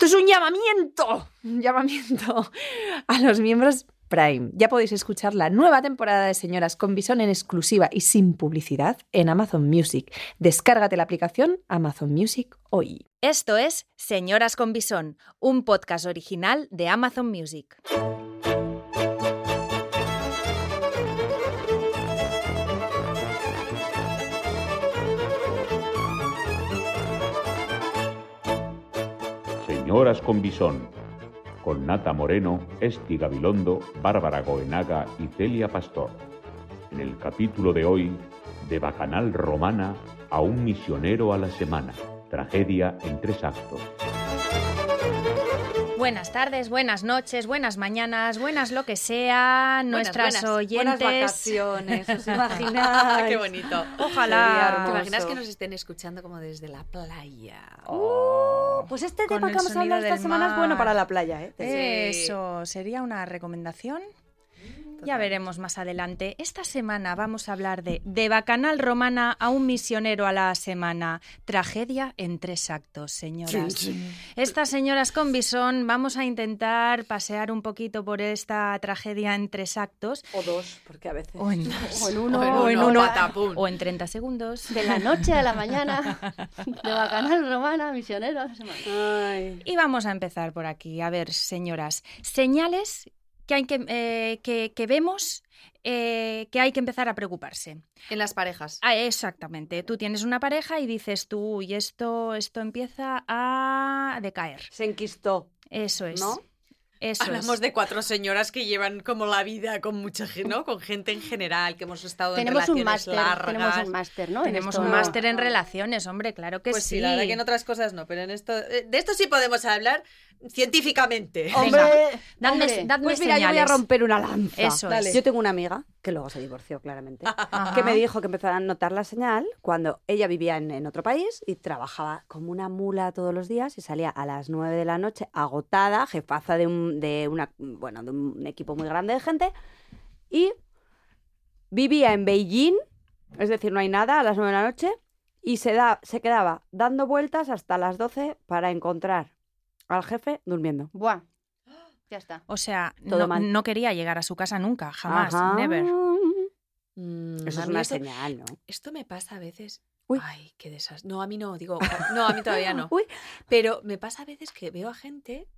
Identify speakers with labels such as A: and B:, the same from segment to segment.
A: es un llamamiento, un llamamiento a los miembros Prime. Ya podéis escuchar la nueva temporada de Señoras con Bison en exclusiva y sin publicidad en Amazon Music. Descárgate la aplicación Amazon Music hoy.
B: Esto es Señoras con Bisón, un podcast original de Amazon Music.
C: Señoras con Bisón, con Nata Moreno, Esti Gabilondo, Bárbara Goenaga y Celia Pastor. En el capítulo de hoy, de Bacanal Romana a un misionero a la semana, tragedia en tres actos.
B: Buenas tardes, buenas noches, buenas mañanas, buenas lo que sea, nuestras
D: buenas,
B: oyentes.
D: Buenas vacaciones, ¿os imagináis?
E: Qué bonito.
B: Ojalá.
D: Sería
E: ¿Te
D: hermoso.
E: imaginas que nos estén escuchando como desde la playa?
D: Oh, pues este
B: Con
D: tema
B: el
D: que vamos a
B: sonido
D: hablar esta
B: del
D: semana es bueno
B: mar.
D: para la playa, ¿eh?
B: Eso, ¿sería una recomendación? Ya veremos más adelante. Esta semana vamos a hablar de De Bacanal Romana a un misionero a la semana. Tragedia en tres actos, señoras. Estas señoras con bisón vamos a intentar pasear un poquito por esta tragedia en tres actos.
D: O dos, porque a veces.
B: O en
D: O en
E: O
D: uno.
E: en
B: o en uno.
E: patapum.
B: O en 30 segundos.
F: De la noche a la mañana, de Bacanal Romana, misionero. no sé más.
D: Ay.
B: Y vamos a empezar por aquí. A ver, señoras, señales que, hay que, eh, que, que vemos eh, que hay que empezar a preocuparse.
E: En las parejas.
B: Ah, exactamente. Tú tienes una pareja y dices tú, y esto, esto empieza a decaer.
D: Se enquistó,
B: Eso es.
D: ¿no?
B: Eso
E: Hablamos
B: es.
E: de cuatro señoras que llevan como la vida con mucha gente, ¿no? Con gente en general, que hemos estado
F: Tenemos
E: en
F: un
E: relaciones
F: máster,
E: largas.
F: tenemos un máster, ¿no? En
B: Tenemos
F: esto,
B: un
F: ¿no?
B: máster en relaciones, hombre, claro que
E: Pues sí,
B: sí.
E: la verdad que en otras cosas no, pero en esto... eh, De esto sí podemos hablar científicamente.
F: Oh,
D: Hombre,
B: Dadme-
F: Hombre,
B: dadme
D: pues mira, yo voy a
B: señales.
D: romper una lanza.
B: Eso es. Ah. Dale.
D: Yo tengo una amiga que luego se divorció, claramente.
B: Ajá.
D: que me dijo que empezó a notar la señal cuando ella vivía en, en otro país y trabajaba como una mula todos los días y salía a las 9 de la noche agotada, jefaza de un, de una, bueno, de un equipo muy grande de gente y vivía en Beijing, es decir, no hay nada a las 9 de la noche y se, da, se quedaba dando vueltas hasta las 12 para encontrar al jefe durmiendo.
F: Buah. Ya está.
B: O sea,
D: Todo
B: no,
D: mal.
B: no quería llegar a su casa nunca, jamás,
D: Ajá.
B: never.
E: Mm,
D: Eso
E: a
D: es
E: mí
D: una
E: esto-
D: señal, ¿no?
E: Esto me pasa a veces.
D: Uy.
E: Ay, qué desastre. No, a mí no, digo, no, a mí todavía no.
D: Uy.
E: Pero me pasa a veces que veo a gente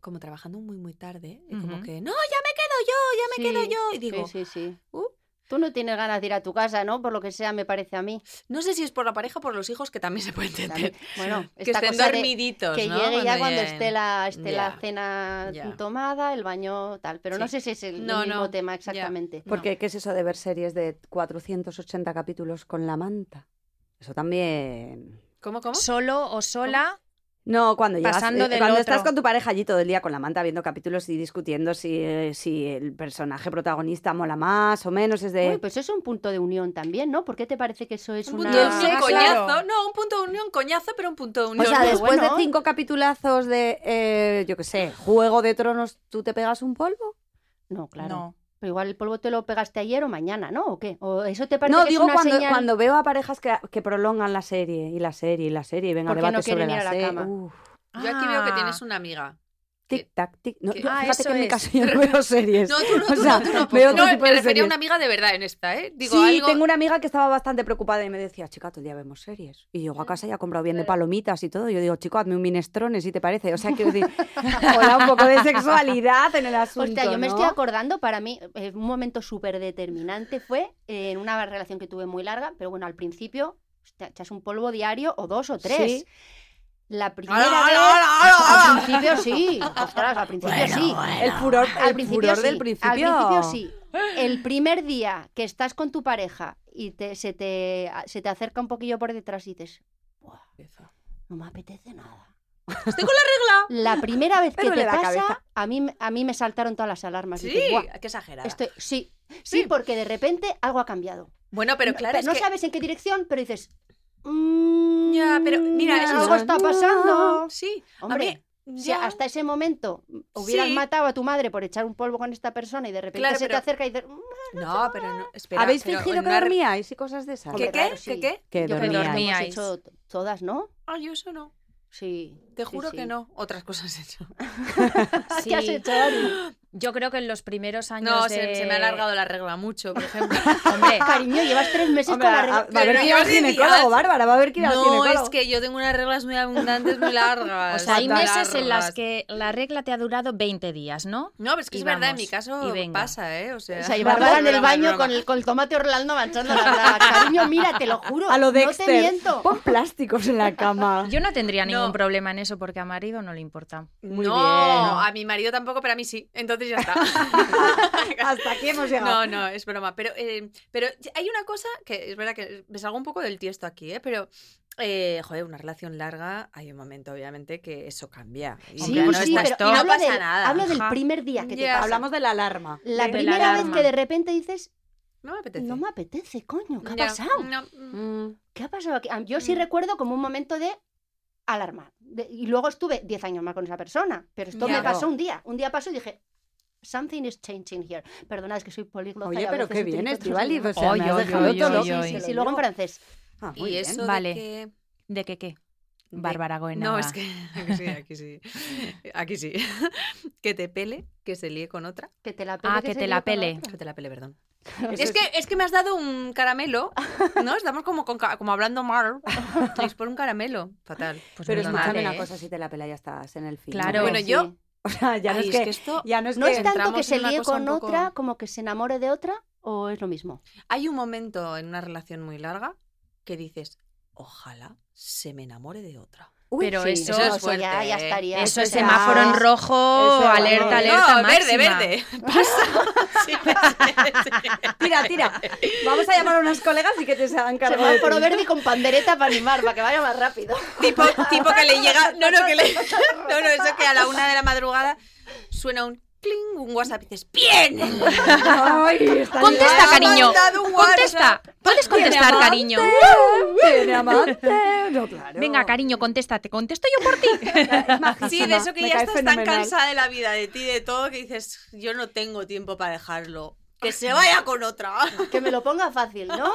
E: como trabajando muy, muy tarde y como
B: Ujú.
E: que, no, ya me quedo yo, ya me
F: Sí,
E: quedo yo. Y digo,
F: Sí, sí, sí.
E: "Uh".
F: Tú no tienes ganas de ir a tu casa, ¿no? Por lo que sea, me parece a mí.
E: no sé si es por la pareja o por los hijos, que también se puede entender.
F: También. Bueno,
E: Que
F: esta
E: estén
F: cosa de
E: dormiditos,
F: que
E: ¿no?
F: llegue ya cuando
E: lleguen.
F: esté la, esté la
E: Ya.
F: cena
E: Ya.
F: tomada, el baño tal. Pero no
E: Sí.
F: sé si es el
E: No,
F: mismo
E: no,
F: tema
E: ya.
F: exactamente.
E: No.
D: Porque, ¿qué es eso de ver series de 480 capítulos con la manta? Eso también.
E: ¿Cómo, cómo?
B: Solo o sola.
D: No, cuando llegas-
B: Pasando
D: eh,
B: del
D: cuando
B: otro.
D: estás con tu pareja allí todo el día con la manta viendo capítulos y discutiendo si, eh, si el personaje protagonista mola más o menos, es de
F: Uy, pues eso es un punto de unión también, ¿no? ¿Por qué te parece que eso es
E: Un
F: una...?
E: punto de
B: Yo sé,
E: unión
B: claro.
E: coñazo. No, un punto de unión coñazo, pero un punto de
D: o
E: unión.
D: sea,
F: no,
D: después
F: bueno.
D: de cinco capitulazos de eh, yo qué sé, Juego de Tronos, ¿tú te pegas un polvo?
F: No, claro.
B: No.
F: Pero igual el polvo te lo pegaste ayer o mañana, ¿no? ¿O qué? ¿O eso te parece
D: no,
F: que
D: digo
F: es una
D: cuando,
F: señal?
D: cuando veo a parejas que, que prolongan la serie y la serie y la serie y venga
F: Porque no
D: debate sobre
F: quieren ir
D: la,
F: a la
D: serie.
F: cama.
D: Uf,
E: Yo aquí veo que tienes
B: un...
E: una amiga.
D: tic tac tic. No,
E: que-
D: yo-
B: Ah,
D: fíjate
B: eso
D: que en mi
B: es.
D: caso yo no veo series.
E: No, tú no,
D: Pues
E: tú
D: O
E: no,
D: sea,
E: tú no.
D: veo otro
E: No,
D: tipo
E: me
D: de
E: refería
D: series.
E: a una amiga de verdad en esta, ¿eh? Digo,
D: sí,
E: algo...
D: tengo una amiga que estaba bastante preocupada y me decía, chica, todo el día vemos series. Y llego a casa y ha comprado bien de palomitas y todo. Yo digo, chico, hazme un minestrone, si te parece. O sea, quiero decir, hola, un poco de sexualidad en el asunto.
F: Hostia, yo me
D: ¿no?
F: estoy acordando, para mí, eh, un momento súper determinante fue eh, en una relación que tuve muy larga, pero bueno, al principio hostia, echas un polvo diario o dos o tres.
D: Sí.
F: La primera
E: ¡Hala,
F: vez,
E: hala, hala, hala!
F: al principio sí, ostras, al principio sí.
D: El furor,
F: Al
D: el
F: principio,
D: furor
F: sí,
D: del principio.
F: Al principio sí. El primer día que estás con tu pareja y te, se, te, se te acerca un poquillo por detrás y dices, "Buah, no me apetece nada.
E: Estoy con la regla.
F: La primera vez
D: Me
F: que
D: duele
F: te
D: la
F: pasa,
D: cabeza.
F: a mí, a mí me saltaron todas las alarmas.
E: Sí,
F: Dices, "Buah,
E: qué exagerada.
F: estoy- sí, sí, porque de repente algo ha cambiado.
E: Bueno, pero
F: No-
E: claro,
F: pero
E: es
F: no
E: que...
F: sabes en qué dirección, pero dices, "Mm,
E: Ya, pero mira, eso es-
F: algo está pasando.
E: Sí,
F: Hombre,
E: a mí...
F: si
E: ya.
F: hasta ese momento mm, hubieras
E: Sí.
F: matado a tu madre por echar un polvo con esta persona y de repente
E: Claro,
F: se
E: pero-
F: te acerca y dices, "Mm,
E: No, pero no... Espera,
D: ¿Habéis
E: pero
D: fingido
E: en
D: que
E: una re-
D: dormíais y cosas de esas?
E: ¿Qué,
F: Hombre,
E: qué?
F: claro,
E: ¿Qué,
F: sí.
E: qué?
D: Que
F: yo creo
D: dormíais.
F: que hemos
B: dormíais.
F: hecho to- todas, ¿no?
E: Ah, yo eso no.
F: Sí.
E: Te
F: sí,
E: juro
F: sí.
E: que no. Otras cosas he hecho.
B: Sí.
F: ¿Qué has hecho, Ari?
B: Yo creo que en los primeros años.
E: No,
B: de-
E: se, se me ha alargado la regla mucho, por ejemplo.
B: Hombre,
F: Cariño, llevas tres meses
D: Hombre, ah,
F: con la
D: a- a- va
F: regla.
D: a haber
E: Pero
D: que ir al
E: yo diría-
D: ginecólogo, Bárbara, va a haber que ir al
E: No,
D: ginecólogo.
E: es que yo tengo unas reglas muy abundantes, muy largas.
B: o sea, hay
E: muy
B: meses en las
E: largas.
B: que la regla te ha durado 20 días, ¿no?
E: No, pero es que
B: Y
E: es verdad, en
B: vamos,
E: mi
B: y
E: caso
B: venga.
E: pasa, ¿eh? O sea,
F: O sea, y
E: broma,
F: Bárbara en el
E: broma,
F: baño
E: broma.
F: con el, con el tomate Orlando manchando la braga. Cariño, mira, te lo juro.
D: A lo
F: no
D: Dexter.
F: te miento.
D: Pon plásticos en la cama.
B: Yo no tendría
E: No.
B: ningún problema en eso porque a marido no le importa.
D: Muy
E: no,
D: bien.
E: a mi marido tampoco, pero a mí sí. Entonces ya está.
D: Hasta aquí hemos
E: no,
D: llegado.
E: no, es broma. Pero, eh, pero hay una cosa que es verdad que me salgo un poco del tiesto aquí, ¿eh? Pero, eh, joder, una relación larga, hay un momento, obviamente, que eso cambia. Y
F: Sí, pues
E: ya no
F: sí,
E: estás
F: pero
E: todo- y no
F: hablo
E: pasa
F: del-
E: nada.
F: Hablo del
B: Ajá.
F: primer día que te
E: Ya.
F: pasa.
D: Hablamos de la alarma.
F: La
B: De la
F: primera vez
B: alarma.
F: que de repente dices,
E: No me apetece.
F: no me apetece, coño, ¿qué ha
E: Ya,
F: pasado?
E: no,
D: Mm.
F: ¿Qué ha pasado aquí? Ah, Yo sí
E: Mm.
F: recuerdo como un momento de alarma. De- y luego estuve 10 años más con esa persona. Pero esto
E: Ya.
F: me pasó un día. Un día pasó y dije, something is changing here. Perdona, es que soy políglota.
D: Oye,
F: y a
D: pero
F: veces
D: qué bien,
F: utilizo otros
D: Estivaliz. O
F: idiomas.
D: sea,
B: Oy,
D: me has
B: oy,
D: dejado
B: oy,
D: todo
B: oy,
D: loco.
B: oy, oy.
F: Sí, sí, sí, luego en francés.
D: Ah, muy
E: y
D: bien.
E: eso
B: Vale.
E: de que...
B: ¿De qué qué?
E: de-
B: Bárbara Goenaga.
E: No, es que aquí sí, aquí sí. eh, Aquí sí. que te pele, que se líe con otra.
F: Que te la pele.
B: Ah, que
F: se
B: te la
F: lleva con
B: pele.
F: otra.
E: Eh, Que te la pele, perdón.
D: Eso
E: Es que, es que me has dado un caramelo, ¿no? Estamos como, con ca- como hablando mal. Y Es por un caramelo. Fatal.
B: Pues
D: Pero
B: perdonad,
D: escúchame
B: ¿eh?
D: una cosa, si te la pela ya estás en el fin.
B: Claro.
E: Bueno, yo-
D: O sea, ya no
E: Ay,
D: es que...
E: esto...
D: Ya no es
F: No
D: que...
F: es tanto que
E: entramos
F: se
E: en una
F: líe
E: cosa un
F: con
E: poco-
F: otra como que se enamore de otra o es lo mismo.
E: Hay un momento en una relación muy larga que dices, ojalá se me enamore de otra.
D: Uy,
B: Pero
F: Sí,
E: eso
B: eso,
E: es
F: no, ya,
E: fuerte,
F: ya
E: ¿eh?
F: estaría.
B: eso es
F: ya-
B: semáforo en rojo,
D: Eso,
B: alerta,
D: vamos.
B: alerta.
E: no, verde,
B: máxima.
E: verde. Pasa. Sí, sí, sí.
D: Tira, tira. Vamos a llamar a unas colegas y que te se hagan cargo de
F: Semáforo
D: ti.
F: verde y con pandereta para animar, para que vaya más rápido.
E: tipo, tipo que le llega. No, no, que le. No, no, eso que a la una de la madrugada suena un cling, un WhatsApp y dices, ¡Bien!
D: Ay, está
B: Contesta,
D: ligada.
B: cariño.
E: mandado un
B: Contesta. Puedes contestar,
D: amante.
B: cariño.
D: uh, Tiene amante. No, claro.
B: Venga, cariño, contesta. Te contesto yo por ti.
D: Es majísima.
E: Sí, de eso que
D: Me
E: ya
D: cae
E: estás tan
D: fenomenal.
E: cansada de la vida, de ti, de todo, que dices, yo no tengo tiempo para dejarlo. Que se vaya con otra.
F: Que me lo ponga fácil, ¿no?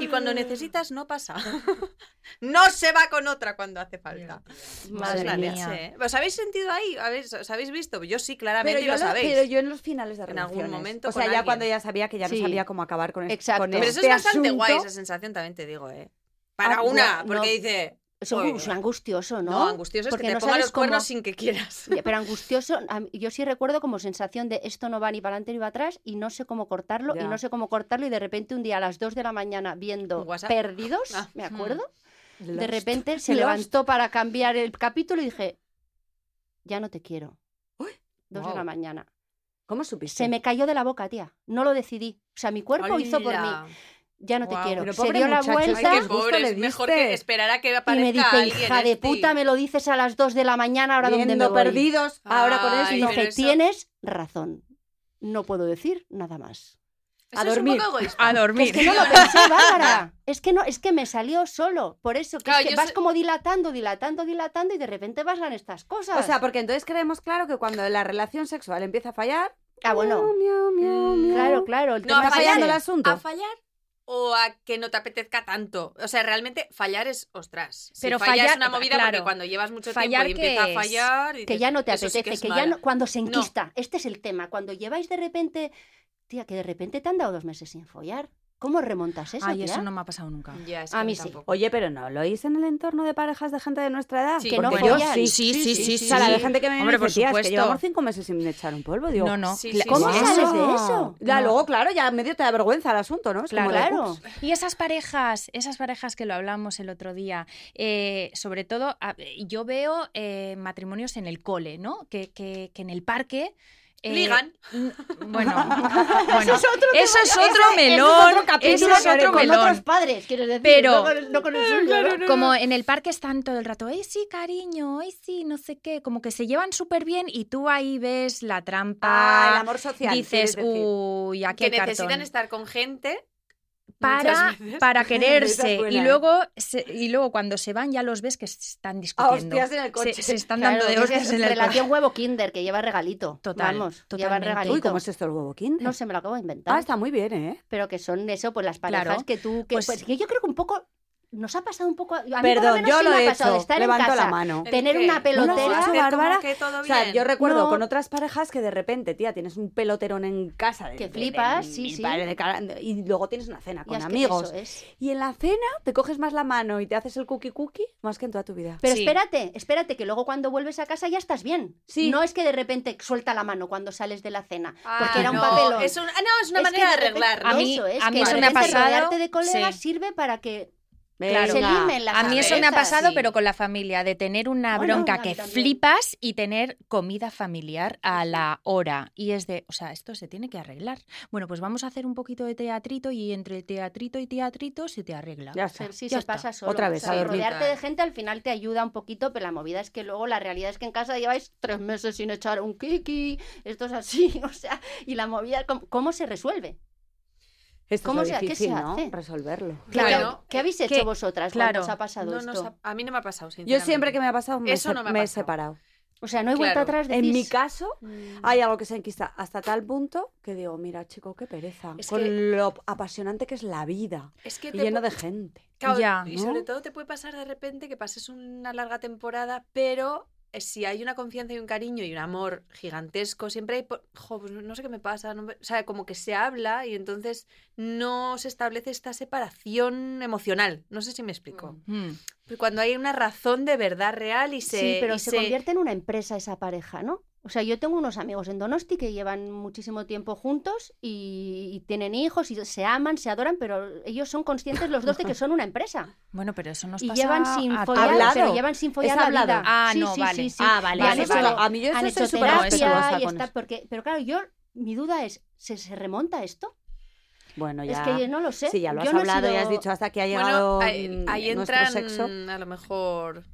E: Y cuando necesitas, no pasa. No se va con otra cuando hace falta.
B: Madre
E: Es la
B: mía.
E: leche, ¿eh? ¿Os habéis sentido ahí? ¿A ver, ¿Os habéis visto? Yo sí,
D: Pero
E: claramente, y
D: yo,
E: lo
D: lo-
E: sabéis.
D: pero yo en los finales de
E: En algún
D: relaciones.
E: momento
D: O sea,
E: con
D: ya
E: alguien.
D: cuando ya sabía que ya no
F: Sí.
D: sabía cómo acabar con, es-
F: Exacto.
D: con
F: Pero
E: Pero
D: este
E: eso es bastante
D: asunto.
E: guay, esa sensación, también te digo, ¿eh?
F: Ah,
E: Para
F: no,
E: una,
F: no.
E: porque dice,
F: Es un-
E: Oye.
F: es angustioso, ¿no?
E: no, angustioso es que
F: Porque
E: te
F: no
E: pongan
F: sabes
E: los cuernos
F: cómo-
E: sin que quieras.
F: Ya, Pero angustioso, a mí- yo sí recuerdo como sensación de esto no va ni para adelante ni para atrás y no sé cómo cortarlo y
D: Ya.
F: no sé cómo cortarlo y de repente un día a las 2 de la mañana viendo
E: ¿Un WhatsApp?
F: Perdidos,
E: Ah,
F: me acuerdo, de
D: Lost.
F: repente se
D: Lost.
F: levantó para cambiar el capítulo y dije, ya no te quiero. Dos de
D: Wow.
F: la mañana.
D: ¿Cómo supiste?
F: Se me cayó de la boca, tía. No lo decidí. O sea, mi cuerpo hizo por mí.
E: Hola.
F: Ya no te
E: Guau,
F: quiero.
D: pero
F: Se
D: pobre
F: dio la
D: muchacho,
F: vuelta.
E: Ay,
D: Ay, qué
E: qué
D: gusto
E: pobre,
D: le
E: es mejor
D: diste.
E: que esperar a que
F: Y
E: aparezca
F: me dice,
E: alguien
F: hija de
E: este".
F: puta, me lo dices a las 2 de la mañana, ahora donde me
D: Viendo
F: voy.
D: perdidos. Ahora con
E: Ay,
F: Y
D: eso.
E: pero
F: dije,
E: eso-
F: tienes razón. No puedo decir nada más.
E: Eso
D: a dormir.
E: Es un poco egoísta.
B: A dormir.
F: Es que no lo pensé, Bárbara. Es que no, es que me salió solo. Por eso, que,
E: Claro,
F: es que
E: yo
F: vas
E: sé-
F: como dilatando, dilatando, dilatando y de repente pasan estas cosas.
D: O sea, porque entonces creemos claro que cuando la relación sexual empieza a fallar.
F: ah, bueno.
D: miau, miau, miau,
F: Claro, claro. El
E: No,
F: tema
D: Está
E: a
F: es
E: fallar.
D: fallando
F: ese.
D: el asunto.
E: ¿A fallar o a que no te apetezca tanto? O sea, realmente fallar es, ostras. Si
B: Pero
E: falla es
B: fallar-
E: una movida
B: claro.
E: porque cuando llevas mucho
B: Fallar,
E: tiempo y
B: ¿qué
E: empieza
B: es?
E: a fallar. y
F: que
E: dices,
F: ya no te
E: "Eso sí
F: apetece,
E: que es
F: que, ya
E: mala".
F: no, cuando se
E: No.
F: enquista, este es el tema, cuando lleváis de repente, tía, que de repente te han dado dos meses sin follar, ¿cómo remontas eso,
B: Ay,
F: tía?
B: eso no me ha pasado nunca.
E: Ya, es
F: A
E: que
F: mí sí.
E: tampoco.
D: Oye, pero no lo hice en el entorno de parejas de gente de nuestra edad.
E: Sí,
F: que no
D: porque
E: bueno,
D: yo
F: follan.
D: sí.
B: Sí, sí, sí,
D: O
B: sí,
D: sea, la
B: sí.
D: de gente que me
B: Hombre,
D: dice,
B: por
D: "Tía, es
B: supuesto.
D: que llevamos cinco meses sin echar un polvo, digo.
B: No, no.
E: Sí,
B: Cla-
E: sí,
F: ¿Cómo
E: sí,
D: "Guau".
E: sí.
F: sales de eso?
D: Ya,
B: No.
D: luego, claro, ya medio te da vergüenza el asunto, ¿no? Es como
F: Claro.
D: de,
F: Claro.
D: "Ups".
B: Y esas parejas, esas parejas que lo hablamos el otro día, eh, sobre todo a- yo veo eh, matrimonios en el cole, ¿no? Que, que- que en el parque... eh,
E: Ligan.
B: n- Bueno, bueno,
F: es otro
B: eso
F: tema,
B: es
F: ese-
B: otro
F: ese
B: melón,
F: capítulo
B: ese es
F: que haré
B: otro
F: con
B: melón.
F: otros padres, quieres decir,
B: Pero-
F: no con, no con el suyo, ¿no?
B: Como en el parque están todo el rato, ay sí, cariño, ay sí, no sé qué, como que se llevan súper bien y tú ahí ves la
D: Ah, el
B: trampa,
D: amor social.
B: dices, "Uh,
D: quieres decir.
B: uy, aquí
E: Que
B: hay
E: necesitan
B: cartón".
E: estar con gente
B: para,
E: muchas veces.
B: para
D: Esa
B: quererse.
D: es buena,
B: y
D: ¿eh?
B: luego se- y luego cuando se van ya los ves que se están
D: A
B: discutiendo.
D: hostias en el coche.
B: Se, se están
F: Claro,
B: dando de
F: que
B: hostias
F: es
B: en el coche.
F: Relación huevo kinder, que lleva regalito.
B: Total,
F: Vamos, lleva
B: totalmente.
F: regalito.
D: Uy, ¿cómo es esto el huevo kinder?
F: No se me lo acabo de inventar.
D: Ah, está muy bien, ¿eh?
F: pero que son eso, pues las parejas
B: Claro.
F: que tú, que,
B: Pues-
F: pues, que yo creo que un poco Nos ha pasado un poco. A mí por lo
D: Perdón,
F: menos
D: yo
F: sí
D: lo
F: me ha
D: he
F: pasado de
D: hecho.
F: estar en
D: Levanto
F: casa,
D: la mano.
F: Tener
E: ¿El qué?
F: una
E: ¿No
D: lo has
F: pelotera.
D: hecho,
E: Hacer como
D: Bárbara?
E: que todo
D: O sea,
E: bien.
D: yo recuerdo
F: No.
D: con otras parejas que de repente, tía, tienes un peloterón en casa. de-
F: Que
D: de- de
F: flipas,
D: mil
F: sí, sí.
D: padres de cara- y luego tienes una cena
F: Y
D: con
F: es que
D: amigos.
F: eso es.
D: Y en la cena te coges más la mano y te haces el cookie cookie más que en toda tu vida.
F: Pero
B: Sí.
F: espérate, espérate, que luego cuando vuelves a casa ya estás bien.
D: Sí.
F: No es que de repente suelta la mano cuando sales de la cena,
E: Ah,
F: porque era un
E: no,
F: papelón.
E: Es un- ah, no, es una
F: Es
E: manera
F: que
E: de
F: repente-
E: arreglarlo.
B: A mí-
F: eso es,
B: a mí
F: que
E: eso
F: de
E: me ha
F: repente
B: pasado,
F: rodearte de colegas
B: sí.
F: sirve para que
D: Venga.
F: se limen las
B: A mí eso me ha
F: asperezas.
B: pasado,
E: Sí.
B: pero con la familia, de tener una
F: Bueno,
B: bronca
F: a
B: que
F: mí también.
B: flipas y tener comida familiar a la hora. Y es de, o sea, esto se tiene que arreglar. Bueno, pues vamos a hacer un poquito de teatrito y entre teatrito y teatrito se te arregla.
D: Ya
F: Sí,
D: está.
F: sí,
B: Ya
F: se
B: está.
F: pasa solo.
D: Otra vez,
F: O sea,
D: a dormir.
F: rodearte de gente al final te ayuda un poquito, pero la movida es que luego la realidad es que en casa lleváis tres meses sin echar un kiki, esto es así, o sea, y la movida, ¿cómo, cómo se resuelve?
D: Esto
F: ¿Cómo
D: es
F: se-
D: lo
F: qué se
D: difícil, ¿no?
F: hace?
D: Resolverlo.
F: Claro,
E: Bueno,
F: ¿qué habéis hecho
B: que-
F: vosotras
B: claro,
F: cuando os ha pasado
E: No
F: esto?
E: nos ha- a mí no me ha pasado,
D: Yo
E: sinceramente.
D: siempre que me ha pasado me,
E: Eso
D: se-
E: no me ha
D: me he
E: pasado.
D: separado.
F: O sea, no hay vuelta
E: Claro.
F: atrás de
D: En mi caso
F: Mm.
D: hay algo que se enquista hasta tal punto que digo, mira, chico, qué pereza.
E: Es
D: con
E: que-
D: lo apasionante que es la vida.
E: Es que
D: Y
E: te
D: lleno
E: pu-
D: de gente.
E: Claro,
B: Ya,
E: y
D: ¿no?
E: sobre todo te puede pasar de repente que pases una larga temporada, pero eh, si hay una confianza y un cariño y un amor gigantesco, siempre hay, po- jo, pues no sé qué me pasa, no me- o sea, como que se habla y entonces no se establece esta separación emocional. No sé si me explico.
B: Mm.
E: Pero Cuando hay una razón de verdad real y se...
F: sí, pero
E: y
F: se, convierte en una empresa esa pareja, ¿no? O sea, yo tengo unos amigos en Donosti que llevan muchísimo tiempo juntos y, y tienen hijos y se aman, se adoran, pero ellos son conscientes los dos de que son una empresa.
B: Bueno, pero eso nos
F: y
B: pasa
F: llevan sin
B: a
F: follar,
D: Hablado.
F: pero llevan sin follar la
D: hablado.
F: vida.
B: Ah,
F: Sí,
B: no,
F: sí,
B: vale.
F: sí, sí.
B: Ah, vale,
F: Y han
B: vale,
F: hecho-
B: vale.
D: A mí yo esto
F: han hecho
D: soy súper
F: terapia
D: respetuosa
F: y
D: con
F: está,
D: eso.
F: porque, pero claro, yo, mi duda es, ¿se, se remonta esto?
D: Bueno, ya.
F: Es que yo no lo sé.
D: Sí, ya lo has
F: Yo no he
D: hablado y
F: sido-
D: has dicho "Ah, hasta que ha llegado
E: Bueno, ahí,
D: mm,
E: ahí
D: nuestro
E: entran
D: sexo.
E: a lo mejor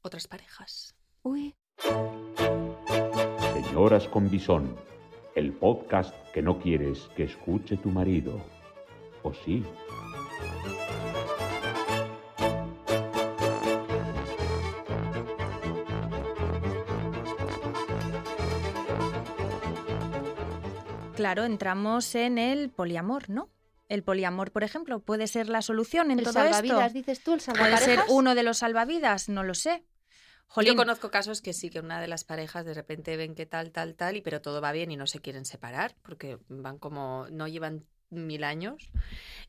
E: otras parejas.
D: Uy.
C: Señoras con Bisón, el podcast que no quieres que escuche tu marido. ¿O sí?
B: Claro, entramos en el poliamor, ¿no? El poliamor, por ejemplo, puede ser la solución en
F: El
B: todo esto.
F: salvavidas, dices tú, el
B: Puede
F: salvavidas.
B: ser uno de los salvavidas, no lo sé. Jolín,
E: Yo conozco casos que sí, que una de las parejas de repente ven que tal, tal, tal, y pero todo va bien y no se quieren separar, porque van como, no llevan mil años.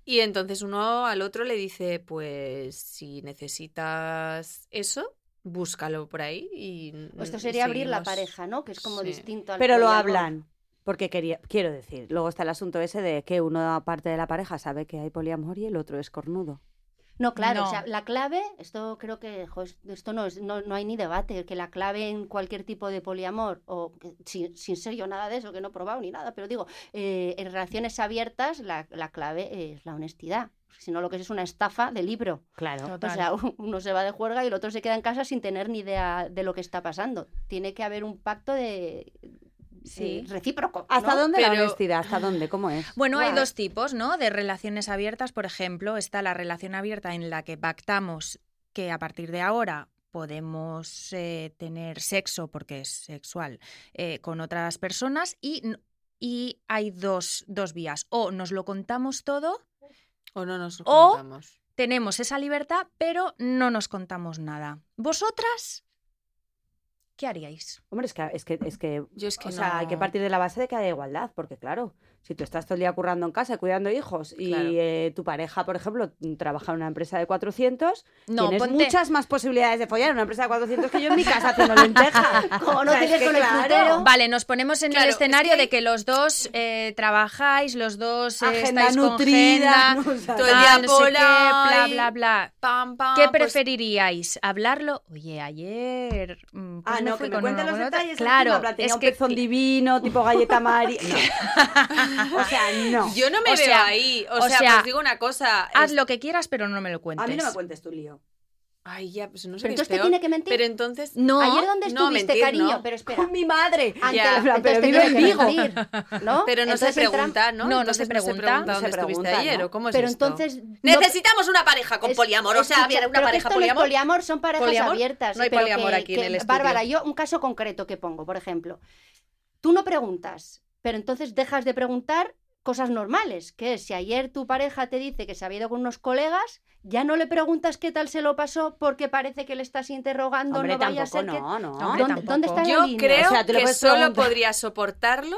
E: Y entonces uno al otro le dice, pues si necesitas eso, búscalo por ahí. Y
F: Pues Esto sería abrir la
E: seguimos.
F: pareja, ¿no? Que es como
E: Sí.
F: distinto al
D: Pero lo
F: poliamor.
D: hablan. Porque quería, quiero decir, luego está el asunto ese de que una parte de la pareja sabe que hay poliamor y el otro es cornudo.
F: No, claro,
B: No.
F: o sea, la clave, esto creo que, jo, es- esto no, es, no, no hay ni debate, que la clave en cualquier tipo de poliamor, o que- sin, sin ser yo nada de eso, que no he probado ni nada, pero digo, eh, en relaciones abiertas la, la clave es la honestidad, si no lo que es es una estafa de libro.
D: Claro.
B: Total.
F: O sea, u- uno se va de juerga y el otro se queda en casa sin tener ni idea de lo que está pasando. Tiene que haber un pacto de...
B: Sí.
F: eh, recíproco.
D: ¿Hasta
F: ¿no?
D: dónde la
E: Pero-
D: honestidad? ¿Hasta dónde? ¿Cómo es?
B: Bueno, hay
F: Guau.
B: dos tipos, ¿no? De relaciones abiertas, por ejemplo, está la relación abierta en la que pactamos que a partir de ahora podemos eh, tener sexo, porque es sexual, eh, con otras personas y, n- y hay dos, dos vías. O nos lo contamos todo,
E: O no nos
B: O-
E: juntamos.
B: tenemos esa libertad, pero no nos contamos nada. ¿Vosotras qué haríais?
D: Hombre, es que, es que, es que
E: Yo es que
D: o sea, hay que
E: no-
D: partir de la base de que haya igualdad, porque claro, si tú estás todo el día currando en casa, y cuidando hijos, y
E: Claro.
D: eh, tu pareja, por ejemplo, trabaja en una empresa de 400,
B: No,
D: tienes
B: ponte-
D: muchas más posibilidades de follar en una empresa de 400 que yo en mi casa haciendo lentejas.
F: Como no
D: O sea, es
F: tienes
D: que
F: con el
D: claro.
F: frutero.
B: Vale, nos ponemos en
E: Claro,
B: el
E: es que
B: escenario
E: hay-
B: de que los dos eh, trabajáis, los dos eh,
D: Agenda
B: estáis con
D: nutrida.
B: agenda,
D: ¿no? O sea,
E: Todo el día
B: tal, no sé qué, bla,
E: Polaroid.
B: bla, bla.
E: Pam,
D: Ah,
E: pam,
B: ¿Qué
E: pues-
B: preferiríais? ¿Hablarlo? Oye, ayer. mm, pues
D: Ah,
B: me
D: no,
B: fui
D: que me
B: con
D: cuenten
B: uno,
D: los
B: con otra.
D: detalles.
B: Claro,
D: es
B: es
D: un
B: que.
D: pezón divino, tipo galleta María. No. O sea, no.
E: Yo no me
B: O
E: veo
B: sea,
E: ahí. O,
B: o
E: sea,
B: sea,
E: os digo una cosa.
B: Haz
E: es-
B: lo que quieras, pero no me lo cuentes.
D: A mí no me cuentes tu lío.
E: Ay, ya, pues no sé
F: Pero
E: qué es
F: entonces te
E: peor.
F: tiene que mentir.
E: Pero entonces...
B: No,
F: Ayer dónde
E: no,
F: estuviste,
E: mentir,
F: cariño,
E: no.
F: pero espera.
D: Con mi madre.
F: Ante
E: Ya.
F: la-
D: Pero
F: entonces
D: vive
F: te tienes
D: en
F: que mentir, ¿no?
E: Pero no
F: Entonces
E: se
F: entran-
E: pregunta, ¿no?
B: no, no
E: Entonces
B: se pregunta.
E: dónde
D: No se
E: estuviste
D: pregunta,
E: ayer
D: ¿no?
E: o cómo es
F: Pero
E: esto?
F: entonces no-
E: Necesitamos una pareja con
F: es-
E: poliamor, o sea,
F: escucha,
E: había una
F: pero que
E: pareja
F: esto no es
E: poliamor.
F: poliamor son parejas
E: ¿Poliamor?
F: abiertas.
E: No hay
F: pero
E: poliamor
F: que-
E: aquí en
F: que-
E: el estudio.
F: Bárbara, yo un caso concreto que pongo, por ejemplo. Tú no preguntas, pero entonces dejas de preguntar cosas normales, que es si ayer tu pareja te dice que se había ido con unos colegas, ya no le preguntas qué tal se lo pasó porque parece que le estás interrogando,
D: Hombre,
F: no vaya a
D: tampoco,
F: ser que...
D: no, no.
B: Hombre,
F: ¿Dónde,
B: tampoco.
F: dónde está la
E: Yo
F: línea?
E: creo
D: O sea, tú le
E: que
D: puedes
E: solo
D: preguntar.
E: podría soportarlo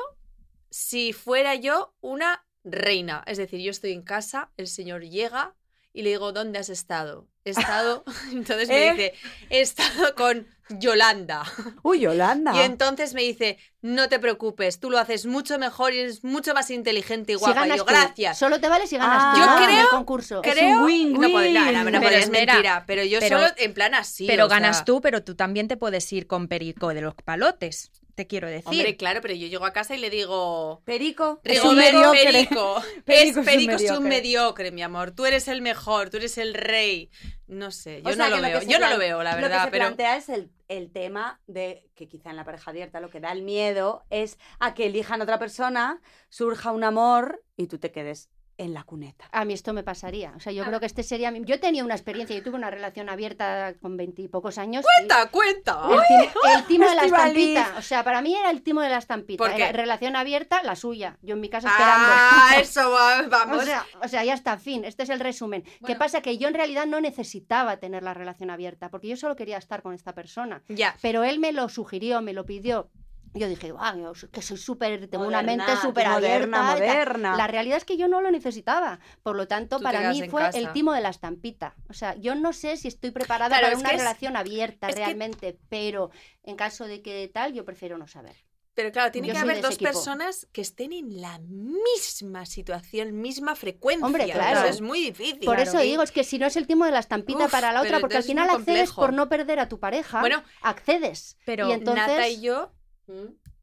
E: si fuera yo una reina. Es decir, yo estoy en casa, el señor llega y le digo, ¿dónde has estado? He estado, entonces me
D: ¿Eh?
E: dice, he estado con Yolanda.
D: Uy, Yolanda.
E: Y entonces me dice, no te preocupes, tú lo haces mucho mejor y eres mucho más inteligente y
F: Si
E: guapa. Y
F: ganas
E: yo,
F: tú.
E: gracias.
F: Solo te vale si ganas
D: Ah.
F: tú
D: Yo
F: en el
E: creo
F: concurso.
D: Es un
E: Creo, no,
D: win-win.
E: puedo- no, no, no,
B: Pero
E: pero es
B: espera,
E: mentira, pero yo
B: pero-
E: solo en plan así.
B: pero
E: o sea,
B: ganas tú, pero tú también te puedes ir con perico de los palotes, te quiero decir.
E: Hombre, claro, pero yo llego a casa y le digo,
D: Perico. Es un
E: Rigoberto
D: mediocre.
E: Perico.
D: Perico
E: es, Perico es un mediocre, mi amor. Tú eres el mejor, tú eres el rey. No sé, yo
D: O sea,
E: no
D: que
E: lo
D: que
E: veo.
D: se
E: Yo no
D: plan-
E: lo veo, la
D: Lo que
E: verdad,
D: se
E: pero
D: plantea es el, el tema de que quizá en la pareja abierta lo que da el miedo es a que elijan otra persona, surja un amor y tú te quedes en la cuneta.
F: A mí esto me pasaría. O sea,
E: Ah.
F: yo creo que este sería mi... Yo tenía una experiencia, yo tuve una relación abierta con veintipocos años. y-
E: cuenta, cuenta.
F: El, timo- el timo de la
D: Estivaliz.
F: estampita. O sea, para mí era el timo de la estampita.
E: ¿Por qué?
F: Era relación abierta, la suya. Yo en mi casa esperando.
E: Ah, eso va- vamos.
F: O sea, o sea, ya está, fin. Este es el resumen. ¿Qué
E: Bueno.
F: pasa? Que yo en realidad no necesitaba tener la relación abierta, porque yo solo quería estar con esta persona.
E: ya.
F: Pero él me lo sugirió, me lo pidió. Yo dije, "Guau, yo so- que soy súper, tengo una
D: Moderna,
F: mente súper
D: moderna,
F: abierta. y tal".
D: moderna.
F: La realidad es que yo no lo necesitaba. Por lo tanto,
E: Tú te
F: para
E: quedas
F: mí
E: en
F: fue
E: casa.
F: el timo de la estampita. O sea, yo no sé si estoy preparada
E: Claro,
F: para
E: es
F: una
E: que es-
F: relación abierta
E: es que-
F: realmente, pero en caso de que tal, yo prefiero no saber.
E: Pero claro, tiene
F: Yo
E: que
F: soy de
E: haber
F: ese
E: dos
F: equipo.
E: personas que estén en la misma situación, misma frecuencia.
F: Hombre, claro.
E: Eso es muy difícil.
F: Por eso digo, es que si no es el timo de la estampita
E: Uf,
F: para la otra,
E: pero
F: porque al
E: entonces es
F: final
E: muy
F: accedes
E: complejo.
F: por no perder a tu pareja,
E: Bueno.
F: accedes.
B: Pero
F: y entonces,
E: Nata y yo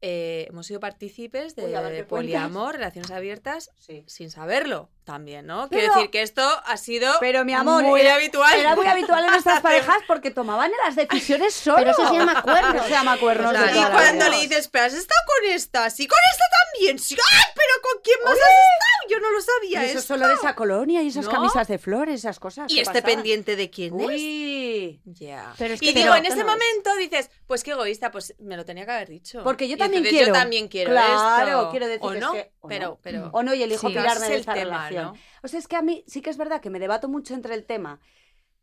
E: eh, hemos sido partícipes de
D: Uy, a ver qué
E: poliamor, relaciones abiertas,
D: Sí.
E: sin saberlo también, ¿no?
D: Pero-
E: Quiero decir que esto ha sido
D: Pero mi amor,
E: muy
D: era,
E: habitual.
D: era muy habitual en nuestras parejas porque tomaban las decisiones solos.
F: Pero eso se llama cuernos.
D: Eso se llama cuernos.
F: Claro,
D: de
E: y
D: toda la
E: cuando
D: vida.
E: le dices, pero has estado con esta, sí, con esta también, sí, ¡ay! Pero ¿con quién más has estado? Yo no lo
D: Y
E: sabía
D: esos
E: eso.
D: olores a colonia y esas
E: ¿No?
D: camisas de flores, esas cosas.
E: Y
D: ¿qué
E: este
D: pasaba?
E: pendiente de quién es.
D: Uy.
E: Ya.
F: Pero es que
E: y
F: te
E: digo,
F: lo-
E: en
F: te
E: ese
F: lo-
E: momento dices, pues qué egoísta, pues me lo tenía que haber dicho.
D: Porque yo
E: Y
D: también
E: entonces
D: quiero.
E: Yo también quiero
D: Claro,
E: esto.
D: quiero decir
E: o
D: que es
E: no,
D: que- o
E: pero,
D: no.
E: pero.
D: O no, y elijo
E: Sí,
D: tirarme
E: ese
D: de
E: es
D: esta
E: el tema,
D: relación.
E: ¿no?
D: O sea, es que a mí sí que es verdad que me debato mucho entre el tema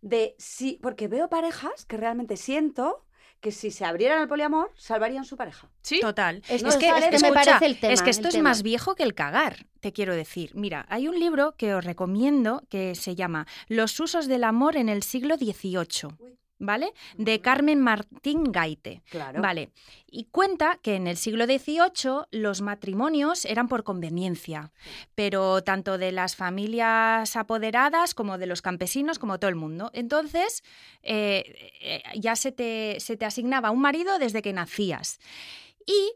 D: de si. Porque veo parejas que realmente siento que si se abrieran al poliamor, salvarían su pareja.
E: Sí.
B: Total.
F: Es-
B: Es,
F: no,
B: que, es
F: sale-
B: que,
F: me
B: escucha,
F: parece el tema,
B: es que
F: el
B: esto es
F: tema.
B: más viejo que el cagar, te quiero decir. Mira, hay un libro que os recomiendo que se llama Los usos del amor en el siglo XVIII, ¿vale? De Carmen Martín Gaite.
D: Claro.
B: Vale. Y cuenta que en el siglo XVIII los matrimonios eran por conveniencia, pero tanto de las familias apoderadas como de los campesinos, como todo el mundo. Entonces, eh, eh, ya se te, se te asignaba un marido desde que nacías. Y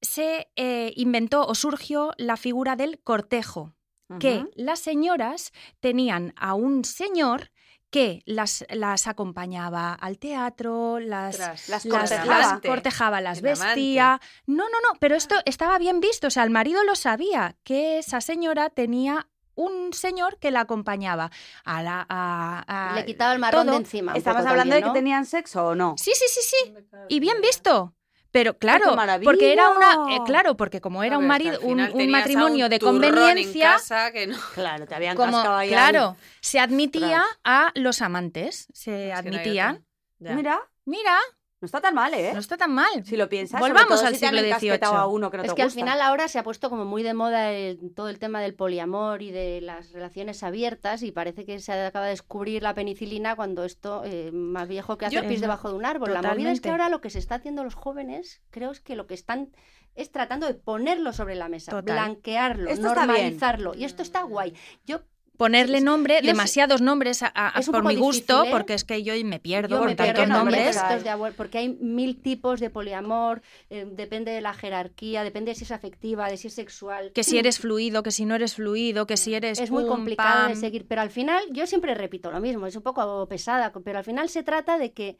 B: se eh, inventó o surgió la figura del cortejo, que
D: Ujú.
B: las señoras tenían a un señor que las, las acompañaba al teatro, las,
E: Tras-
D: las
B: las,
D: cortejaba.
B: las cortejaba, las
E: El amante.
B: vestía. No, no, no, pero esto estaba bien visto. O sea, el marido lo sabía, que esa señora tenía un señor que la acompañaba. A la, a- a-
F: le quitaba el marrón
B: todo.
F: de encima. un
D: ¿Estabas
F: poco
D: hablando de
F: también,
D: que
F: ¿no?
D: tenían sexo o no?
B: Sí, sí, sí, sí. Y bien visto. Pero
D: ¡Ay,
B: claro,
D: qué maravilla!
B: porque era una, eh, claro, porque como era
E: Claro,
B: un
E: es que al
B: marido, un,
E: final
B: un
E: tenías a
B: matrimonio
E: un
B: de
E: turrón en
B: conveniencia,
E: casa que no-
D: Claro, te habían
B: como
D: cascado ahí.
B: claro, se admitía
D: Ostras.
B: a los amantes, se
E: Es que no hay
B: admitían.
E: otro. Ya.
D: Mira,
B: Mira,
D: no está tan mal, ¿eh?
B: no está tan mal.
D: Si lo piensas.
B: Volvamos al
D: sobre todo si te han
B: siglo
D: encasquetado
B: XVIII.
D: a uno que no
F: Es
D: te
F: que al
D: gusta.
F: final ahora se ha puesto como muy de moda el- todo el tema del poliamor y de las relaciones abiertas y parece que se acaba de descubrir la penicilina cuando esto eh, más viejo que
E: Yo-
F: hacer pis
B: Eh,
F: debajo de un árbol. La movida es
B: totalmente.
F: que ahora lo que se está haciendo los jóvenes, creo es que lo que están es tratando de ponerlo sobre la mesa,
B: Total.
F: blanquearlo,
D: Esto está bien.
F: normalizarlo y esto está guay. Yo
B: ponerle
F: Sí, sí.
B: nombre,
F: Yo
B: demasiados nombres a- a-
F: es un
B: por
F: poco
B: mi gusto,
F: difícil, ¿eh?
B: porque es que yo me pierdo
F: Yo
B: con
F: me
D: tantos
B: tantos
F: pierdo en los
B: nombres.
D: nombres.
F: textos de abuelo, porque hay mil tipos de poliamor, eh, depende de la jerarquía, depende de si es afectiva, de si es sexual.
B: Que si eres fluido, que si no eres fluido, que si eres.
F: es, muy
B: pum,
F: complicado de
B: pam.
F: seguir, pero al final yo siempre repito lo mismo, es un poco pesada, pero al final se trata de que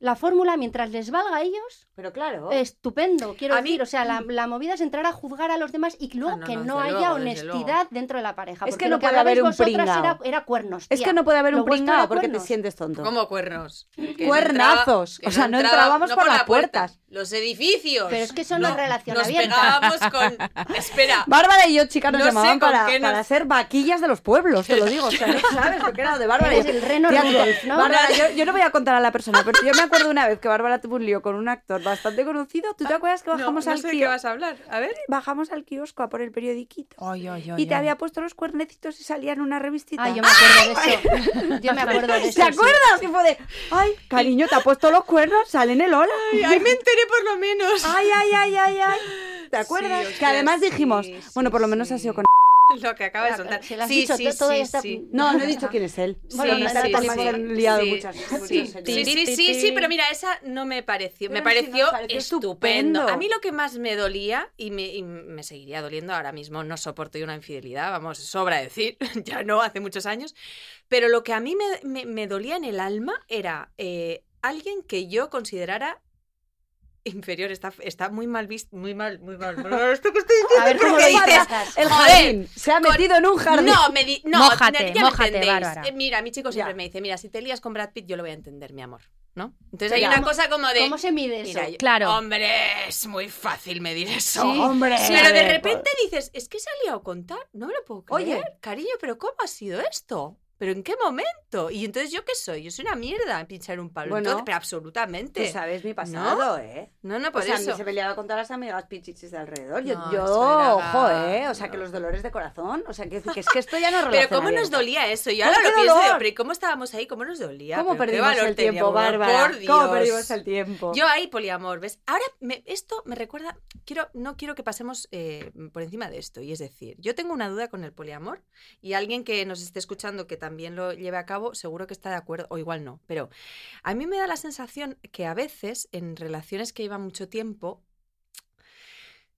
F: la fórmula, mientras les valga a ellos,
D: Pero claro.
F: estupendo, quiero
E: Oh. A mí- mm.
F: decir, o sea, la, la movida es entrar a juzgar a los demás y luego
E: Ah, no,
F: que
E: no,
F: no,
E: desde
F: haya
E: luego, desde
F: honestidad dentro de la pareja.
D: Es
F: porque
D: que
F: lo
D: no puede haber
F: hablabais
D: un
F: vosotras
D: pringao.
F: era, era cuernos.
D: Es que
F: tía.
D: no puede haber
F: Lo
D: un
F: vuestro era
D: pringao porque te
F: cuernos.
D: sientes tonto.
E: Como cuernos. Que no entraba-
D: Cuernazos.
E: que
D: o sea,
E: no
D: no
E: entraba-
D: entrábamos
E: no
D: por, las
E: puerta.
D: puertas.
E: Los edificios.
F: Pero es que eso no
E: no
F: es relación
E: Nos
F: abierta.
E: pegábamos con. Espera.
D: Bárbara y yo, chicas, nos
E: No sé
D: llamaban
E: con
D: para,
E: qué nos-
D: para hacer vaquillas de los pueblos, te lo digo. O sea, no sabes lo que era lo de Bárbara.
F: Eres
D: Yo-
F: el reno
D: Tía,
F: Rudolf, ¿no?
D: Bárbara, yo, yo no voy a contar a la persona, pero yo me acuerdo una vez que Bárbara tuvo un lío con un actor bastante conocido. ¿Tú te acuerdas que
E: No,
D: bajamos
E: no
D: al
E: sé de qué
D: kiosco?
E: vas a hablar. A ver.
D: Bajamos al kiosco a por el periodiquito.
B: Ay, ay, ay,
D: Y te
B: ay.
D: había puesto los cuernecitos y salía en una revistita.
F: Ah, yo me acuerdo de eso. Yo me acuerdo de eso.
D: ¿Te acuerdas? Que fue de, ay, cariño, te ha puesto los cuernos, sale en el hola.
E: Ay, ay, me enteré por lo menos.
D: Ay, ay, ay, ay, ay. ¿Te acuerdas?
E: hostia,
D: que además
E: sí,
D: dijimos,
E: sí,
D: bueno, por lo menos
E: sí.
D: ha sido con...
E: Lo que acaba de soltar.
F: Se lo has
E: sí,
F: dicho,
E: sí,
F: to- todo
E: sí,
F: está-
E: sí.
D: No, no he dicho quién es él.
F: Bueno,
E: sí,
F: no,
E: sí,
F: tantas
E: sí,
F: más
E: sí.
F: han
D: liado
E: Sí,
D: muchas-
E: sí,
D: muchas
E: sí,
D: señoras.
E: sí, sí, sí, sí, pero mira, esa no me pareció, me
D: Pero si
E: pareció,
D: nos pareció
E: estupendo.
D: estupendo.
E: A mí lo que más me dolía y me, y me seguiría doliendo ahora mismo, no soporto yo una infidelidad, vamos, sobra decir, ya no, hace muchos años, pero lo que a mí me, me- me dolía en el alma era eh, alguien que yo considerara inferior, está, está muy mal visto, muy mal, muy mal. Esto que estoy
F: A ver
E: diciendo,
F: cómo
E: porque
F: lo
E: dices,
F: dices.
D: El
E: Joder,
D: jardín. Se ha
E: con-
D: metido en un jardín.
E: no, me di- no,
B: Mójate,
E: na- ya me
B: mójate,
E: entendéis.
B: Bárbara.
E: Eh, mira, mi chico siempre
D: Ya.
E: me dice, mira, si te lías con Brad Pitt, yo lo voy a entender, mi amor. ¿No? Entonces hay
F: Pero
E: una
F: ¿cómo-
E: cosa como de.
F: ¿Cómo se mide eso?
E: mira, yo-
B: Claro.
E: Hombre, es muy fácil medir eso.
F: Sí,
D: Hombre. pues.
E: pero de
B: ver,
E: repente dices, es que se ha liado con tal, no me lo puedo
D: Oye.
E: creer. Cariño, pero ¿cómo ha sido esto? ¿Pero en qué momento? Y entonces, ¿yo qué soy? Yo soy una mierda en pinchar un palo.
D: Bueno.
E: entonces, pero
D: Tú
E: absolutamente.
D: sabes mi pasado, ¿eh?
E: No, no,
D: O
E: por
D: sea, a mí
E: eso.
D: se peleaba con todas las amigas pichichis de alrededor. Yo,
E: No,
D: yo,
E: eso era-
D: ojo, ¿eh? O sea, que los dolores de corazón. O sea, que, que es que esto ya no es
E: Pero
D: relación
E: cómo nos
D: abierta.
E: dolía eso. Yo
D: ¿Cómo
E: ahora lo
D: qué
E: pienso y digo,
D: dolor?
E: pero ¿y ¿cómo estábamos ahí? ¿Cómo nos dolía?
D: ¿Cómo
E: Pero qué
D: perdimos
E: valor
D: el tiempo,
E: teníamos,
D: Bárbara?
E: Por
D: ¿Cómo
E: Dios.
D: perdimos el tiempo?
E: Yo ahí poliamor, ¿ves? Ahora me- esto me recuerda, quiero, no quiero que pasemos eh, por encima de esto, y es decir, yo tengo una duda con el poliamor y alguien que nos esté escuchando que también lo lleve a cabo, seguro que está de acuerdo, o igual no, pero a mí me da la sensación que a veces en relaciones que llevan mucho tiempo,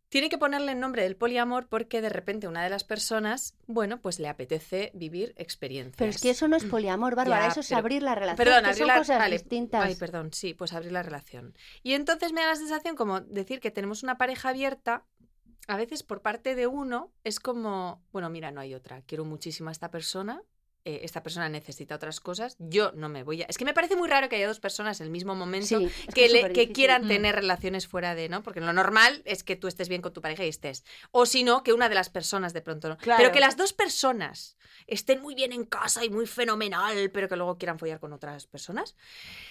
E: tiene que ponerle el nombre del poliamor porque de repente una de las personas, bueno, pues le apetece vivir experiencias.
F: Pero es que eso no es poliamor, Bárbara,
E: Ya,
F: eso es
E: pero-
F: abrir la relación.
E: Perdón,
F: que
E: abrir
F: son
E: la-
F: cosas
E: vale,
F: distintas.
E: Ay, perdón, sí, pues abrir la relación. Y entonces me da la sensación como decir que tenemos una pareja abierta, a veces por parte de uno es como, bueno, mira, no hay otra, quiero muchísimo a esta persona, eh, esta persona necesita otras cosas, yo no me voy a... Es que me parece muy raro que haya dos personas en el mismo momento
F: Sí, es que
E: que,
F: es
E: le-
F: superdifícil.
E: que quieran
B: Mm.
E: tener relaciones fuera de, ¿no? Porque lo normal es que tú estés bien con tu pareja y estés. O si no, que una de las personas de pronto no.
D: Claro.
E: Pero que las dos personas estén muy bien en casa y muy fenomenal, pero que luego quieran follar con otras personas.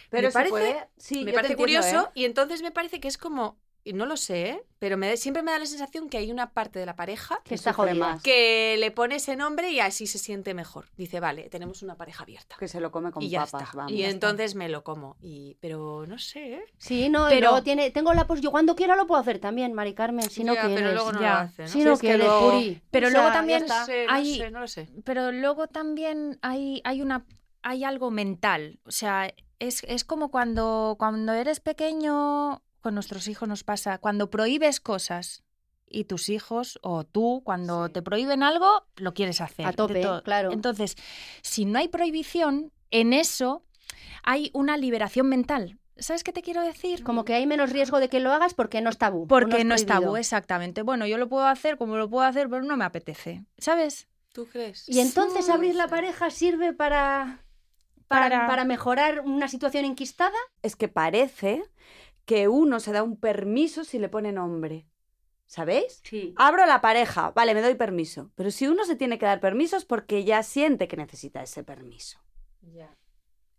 D: Pero
E: me
D: se
E: parece-
D: puede- sí,
E: me
D: yo te
E: parece
D: entiendo,
E: curioso
D: ¿eh?
E: y entonces me parece que es como, y no lo sé, ¿eh? pero me, da- siempre me da la sensación que hay una parte de la pareja
F: Que está
D: sufre
F: jodida.
D: más.
E: que le pone ese nombre y así se siente mejor. Dice, vale, tenemos una pareja abierta.
D: Que se lo come con
E: y ya
D: papas,
E: está.
D: vamos.
E: y entonces me lo como. Y, pero no sé, ¿eh?
F: Sí, no,
B: Pero-
F: pero tiene, tengo la pos. Yo cuando quiera lo puedo hacer también, Mari Carmen, si no
E: Ya,
F: quieres.
E: pero luego no
B: ya.
E: lo hace, ¿no?
F: Si no
D: es que
F: quieres,
D: luego-
F: Puri.
B: Pero
F: O
B: luego
F: sea, ya
B: también
F: está.
E: sé,
B: Hay-
E: no sé, no lo sé.
B: pero luego también hay, hay una hay algo mental. O sea, es, es como cuando, cuando eres pequeño, con nuestros hijos nos pasa, cuando prohíbes cosas y tus hijos o tú, cuando
D: Sí.
B: te prohíben algo, lo quieres hacer.
F: A
B: de
F: tope,
B: todo.
F: claro.
B: Entonces, si no hay prohibición, en eso hay una liberación mental. ¿Sabes qué te quiero decir?
F: Como que hay menos riesgo de que lo hagas porque no es tabú. o
B: Porque no,
F: es
B: es tabú,
F: prohibido.
B: exactamente. Bueno, yo lo puedo hacer como lo puedo hacer, pero no me apetece. ¿Sabes?
E: ¿Tú crees?
F: Y entonces
E: Sí.
F: abrir la pareja sirve para... Para,
B: Para-
F: para mejorar una situación enquistada,
D: Es que parece que uno se da un permiso si le pone nombre. ¿Sabéis?
F: sí.
D: Abro la pareja, vale, me doy permiso. Pero si uno se tiene que dar permisos porque ya siente que necesita ese permiso.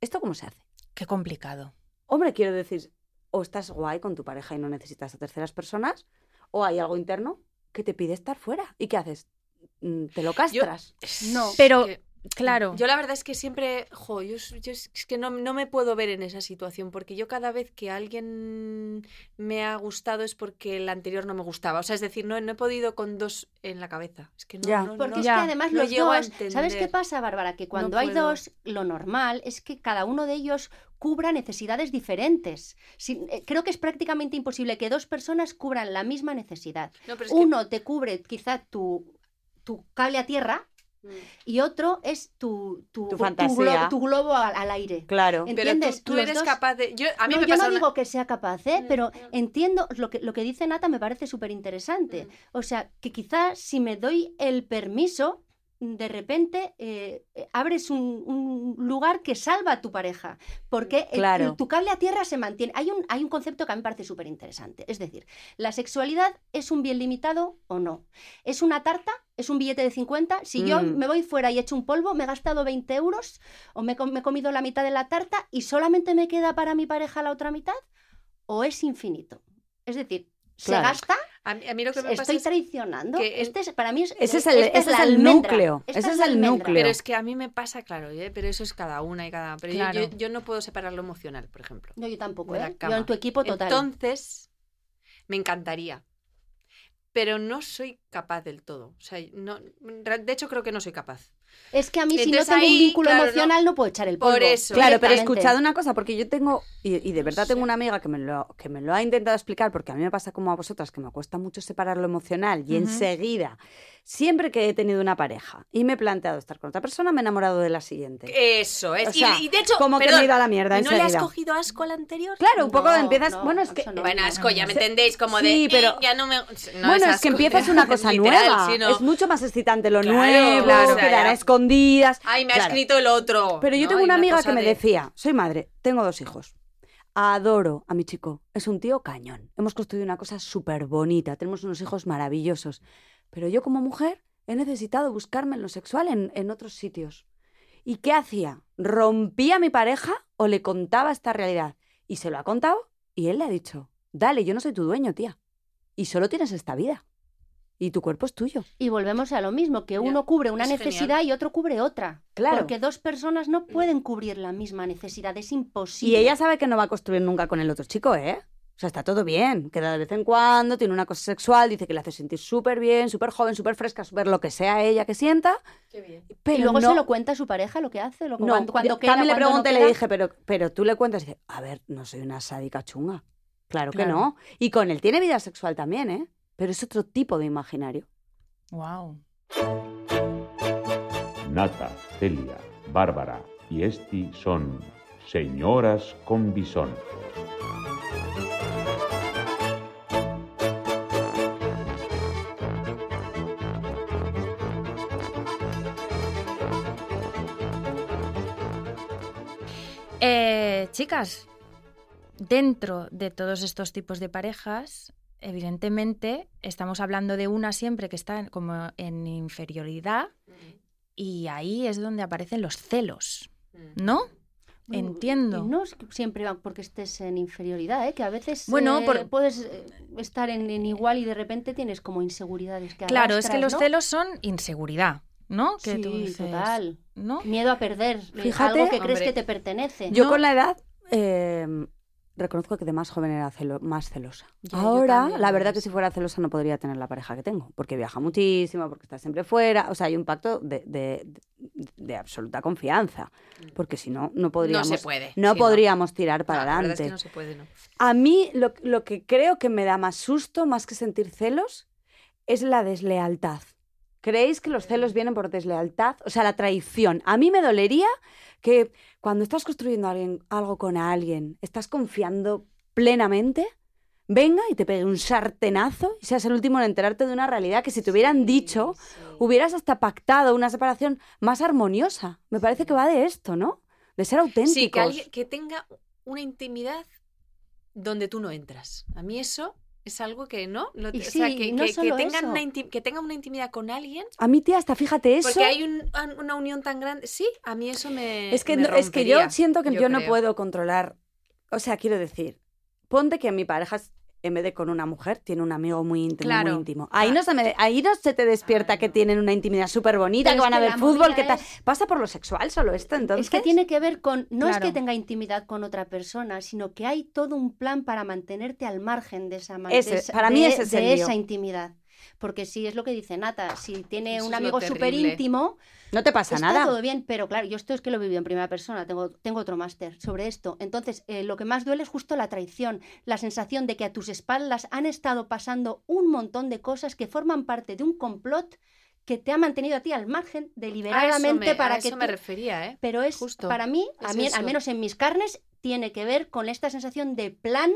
D: ¿Esto cómo se hace?
B: Qué complicado.
D: Hombre, quiero decir, o estás guay con tu pareja y no necesitas a terceras personas, o hay algo interno que te pide estar fuera. ¿Y qué haces? Mm, Te lo castras.
F: No.
B: Pero,
E: Que-
B: claro.
E: Yo la verdad es que siempre, jo, yo, s- yo es es que no, no me puedo ver en esa situación, porque yo cada vez que alguien me ha gustado es porque el anterior no me gustaba. O sea, es decir, no, no he podido con dos en la cabeza. Es que no,
D: Ya.
E: no,
F: Porque
E: no.
F: es
B: Ya,
F: que además
E: lo
F: los
E: llego a
F: dos, ¿sabes qué
E: entender.
F: pasa, Bárbara? Que cuando hay
E: puedo.
F: dos, lo normal es que cada uno de ellos cubra necesidades diferentes. Si- eh, creo que es prácticamente imposible que dos personas cubran la misma necesidad.
E: No, pero es que-
F: Uno te cubre quizá tu, tu cable a tierra
E: Mm.
F: y otro es tu, tu,
D: Tu
F: glo-
D: fantasía.
F: tu globo al, al aire.
D: Claro.
E: pero tú-
F: ¿Entiendes?
E: tú,
F: Los
E: eres
F: dos-
E: capaz de... Yo, a mí
F: no,
E: me
F: yo
E: pasa
F: no
E: una- Mm.
F: digo que sea capaz, ¿eh? pero entiendo lo que, lo que dice
E: Mm.
F: Nata, me parece súper interesante. O sea, que quizás si me doy el permiso, de repente eh, eh, abres un, un lugar que salva a tu pareja, porque el-
D: Claro.
F: el- tu cable a tierra se mantiene. Hay un, hay un concepto que a mí me parece súper interesante, es decir, ¿la sexualidad es un bien limitado o no? ¿Es una tarta? ¿Es un billete de 50? Si yo
D: Mm.
F: me voy fuera y echo un polvo, me he gastado 20 euros o me, he com- me he comido la mitad de la tarta y solamente me queda para mi pareja la otra mitad, ¿o es infinito? Es decir, ¿se
D: Claro.
F: gasta?
E: A mí, a mí lo que me pasa
F: Estoy
E: es...
F: traicionando.
E: que-
F: este es, para mí es,
D: Ese es el-
F: esta
D: ese
F: la
D: es el
F: almendra.
D: núcleo,
F: Esta
D: ese
F: es
D: es
F: la
D: el
F: almendra.
D: núcleo.
E: Pero es que a mí me pasa, claro, ¿eh? pero eso es cada una y cada... Pero yo-
B: Claro.
E: yo, yo no puedo separar lo emocional, por ejemplo.
F: No, yo tampoco,
E: De la
F: ¿eh? Yo
E: cama.
F: en tu equipo total.
E: Entonces, me encantaría. Pero no soy capaz del todo. O sea, no, de hecho, creo que no soy capaz.
F: es que a mí si no
E: entonces
F: tengo un
E: ahí,
F: vínculo
E: claro, no-
F: emocional no. puedo echar el polvo.
E: Por eso.
D: Claro, pero he
F: Directamente.
D: escuchado una cosa, porque yo tengo, y, y de verdad
E: sé.
D: tengo una amiga que me, lo, que me lo ha intentado explicar, porque a mí me pasa como a vosotras, que me cuesta mucho separar lo emocional,
B: Ujú.
D: y enseguida, siempre que he tenido una pareja y me he planteado estar con otra persona, me he enamorado de la siguiente.
E: Eso es.
D: O
E: Y-
D: sea,
E: y, de hecho,
D: como que me he
E: perdón,
D: ido a la mierda
E: ¿no le has
D: enseguida.
E: cogido asco al anterior?
D: Claro, un poco
F: No,
D: empiezas,
F: no,
D: bueno, es que
F: eso no.
E: Bueno, asco, ya me
D: Sí.
E: entendéis, como de.
D: Sí, pero-
E: "Eh, ya no me. no,
D: bueno, es
E: asco".
D: que empiezas una cosa
E: Literal,
D: nueva.
E: sí, ¿no?
D: Es mucho más excitante lo
E: Claro,
D: nuevo,
E: claro.
D: quedar a escondidas.
E: Ay, me ha
D: Claro.
E: escrito el otro.
D: Pero yo
E: ¿no?
D: tengo
E: Y
D: una amiga
E: cosa
D: que me
E: de-
D: decía, soy madre, tengo dos hijos. Adoro a mi chico, es un tío cañón. Hemos construido una cosa súper bonita, tenemos unos hijos maravillosos. Pero yo como mujer he necesitado buscarme en lo sexual en, en otros sitios. ¿Y qué hacía? ¿Rompía a mi pareja o le contaba esta realidad? Y se lo ha contado y él le ha dicho, dale, yo no soy tu dueño, tía. Y solo tienes esta vida. Y tu cuerpo es tuyo.
F: Y volvemos a lo mismo, que uno cubre una
E: es genial.
F: necesidad y otro cubre otra.
D: Claro. Mm.
F: Porque dos personas no pueden cubrir la misma necesidad, es imposible.
D: Y ella sabe que no va a construir nunca con el otro chico, ¿eh? O sea, está todo bien. Queda de vez en cuando, tiene una cosa sexual, dice que le hace sentir súper bien, súper joven, súper fresca, súper lo que sea ella que sienta. Pero
F: y luego
D: no,
F: se lo cuenta a su pareja lo que hace, lo que
D: no.
F: cuando, cuando
D: Yo
F: queda,
D: también le
F: cuando no
D: pregunté y
F: queda.
D: le dije, pero, pero tú le cuentas y dice, a ver, no soy una sádica chunga. Claro que
B: Claro.
D: no. Y con él tiene vida sexual también, ¿eh? Pero es otro tipo de imaginario.
B: Wow.
C: Nata, Celia, Bárbara y Esti son señoras con bisón.
B: Eh, chicas, dentro de todos estos tipos de parejas, evidentemente estamos hablando de una siempre que está en- como en inferioridad
E: Mm,
B: y ahí es donde aparecen los celos,
E: mm.
B: ¿no?
F: Bueno,
B: Entiendo.
F: Mm, y no es que siempre va porque estés en inferioridad, ¿eh? que a veces
B: Bueno,
F: eh,
B: por-
F: puedes eh, estar en, en igual y de repente tienes como inseguridades. Que
B: Claro, es que
F: arrastras,
B: los
F: ¿no?
B: celos son inseguridad, ¿no? Que
F: sí,
B: tú dices,
F: total.
B: ¿no?
F: Miedo a perder eh,
D: Fíjate,
F: algo que crees
E: hombre.
F: que te pertenece.
D: Yo
B: No.
D: con la edad eh, reconozco que de más joven era celo- más celosa.
E: Ya, yo
D: Ahora,
E: también,
D: la
E: ¿no?
D: verdad que si fuera celosa no podría tener la pareja que tengo, porque viaja muchísimo, porque está siempre fuera. O sea, hay un pacto de, de- de absoluta confianza, porque si no, no
E: Mm. No
D: podríamos,
E: se puede.
D: no
E: sí,
D: podríamos tirar
E: No,
D: para
E: la verdad
D: adelante.
E: es que no se puede, no.
D: A mí lo, lo que creo que me da más susto, más que sentir celos, es la deslealtad. ¿Creéis que los
E: Mm.
D: celos vienen por deslealtad? O sea, la traición. A mí me dolería que cuando estás construyendo a alguien- algo con alguien, estás confiando plenamente, venga y te pegue un sartenazo y seas el último en enterarte de una realidad que si te hubieran dicho, hubieras hasta pactado una separación más armoniosa. Me parece que va de esto, ¿no? De ser auténticos.
E: Sí, que, alguien- que tenga una intimidad donde tú no entras. A mí eso es algo que no. Lo-
F: Y
E: o sea,
F: sí,
E: que,
F: y no
E: que- que
F: solo
E: tengan
F: eso.
E: una inti- que tengan una intimidad con alguien.
D: A mí, tía, hasta fíjate eso.
E: Porque hay un- an- una unión tan grande. Sí, a mí eso me.
D: Es que,
E: me
D: no- es que yo
E: rompería,
D: siento que yo, no
E: creo.
D: puedo controlar. O sea, quiero decir, ponte que mi pareja, es- en vez de con una mujer, tiene un amigo muy íntimo. muy
B: Claro.
D: íntimo.
F: Ah.
D: Ahí, no se me- ahí no se te despierta
E: Ay,
D: que
E: no.
D: tienen una intimidad súper bonita,
F: Pero
D: que
F: es
D: van a
F: que
D: ver
F: la
D: fútbol,
F: movida
D: que tal.
F: es-
D: Pasa por lo sexual solo esto, entonces.
F: Es que tiene que ver con, no es que
B: Claro.
F: tenga intimidad con otra persona, sino que hay todo un plan para mantenerte al margen de esa, ma-
D: Ese-
F: de esa-
D: para mí
F: de-
D: ese es el
F: de
D: lío.
F: esa intimidad. Porque si es lo que dice Nata, si tiene
E: Eso
F: un
E: es lo
F: amigo súper
E: terrible.
F: íntimo,
D: No te pasa
F: está
D: nada.
F: todo bien, pero claro, yo esto es que lo he vivido en primera persona, tengo, tengo otro máster sobre esto. Entonces, eh, lo que más duele es justo la traición, la sensación de que a tus espaldas han estado pasando un montón de cosas que forman parte de un complot que te ha mantenido a ti al margen
E: A eso
F: deliberadamente
E: me-
F: para
E: a
F: que
E: eso me
F: tú-
E: refería, ¿eh?
F: pero es
E: Justo,
F: para mí, a
E: es
F: mí
E: eso.
F: al menos en mis carnes, tiene que ver con esta sensación de plan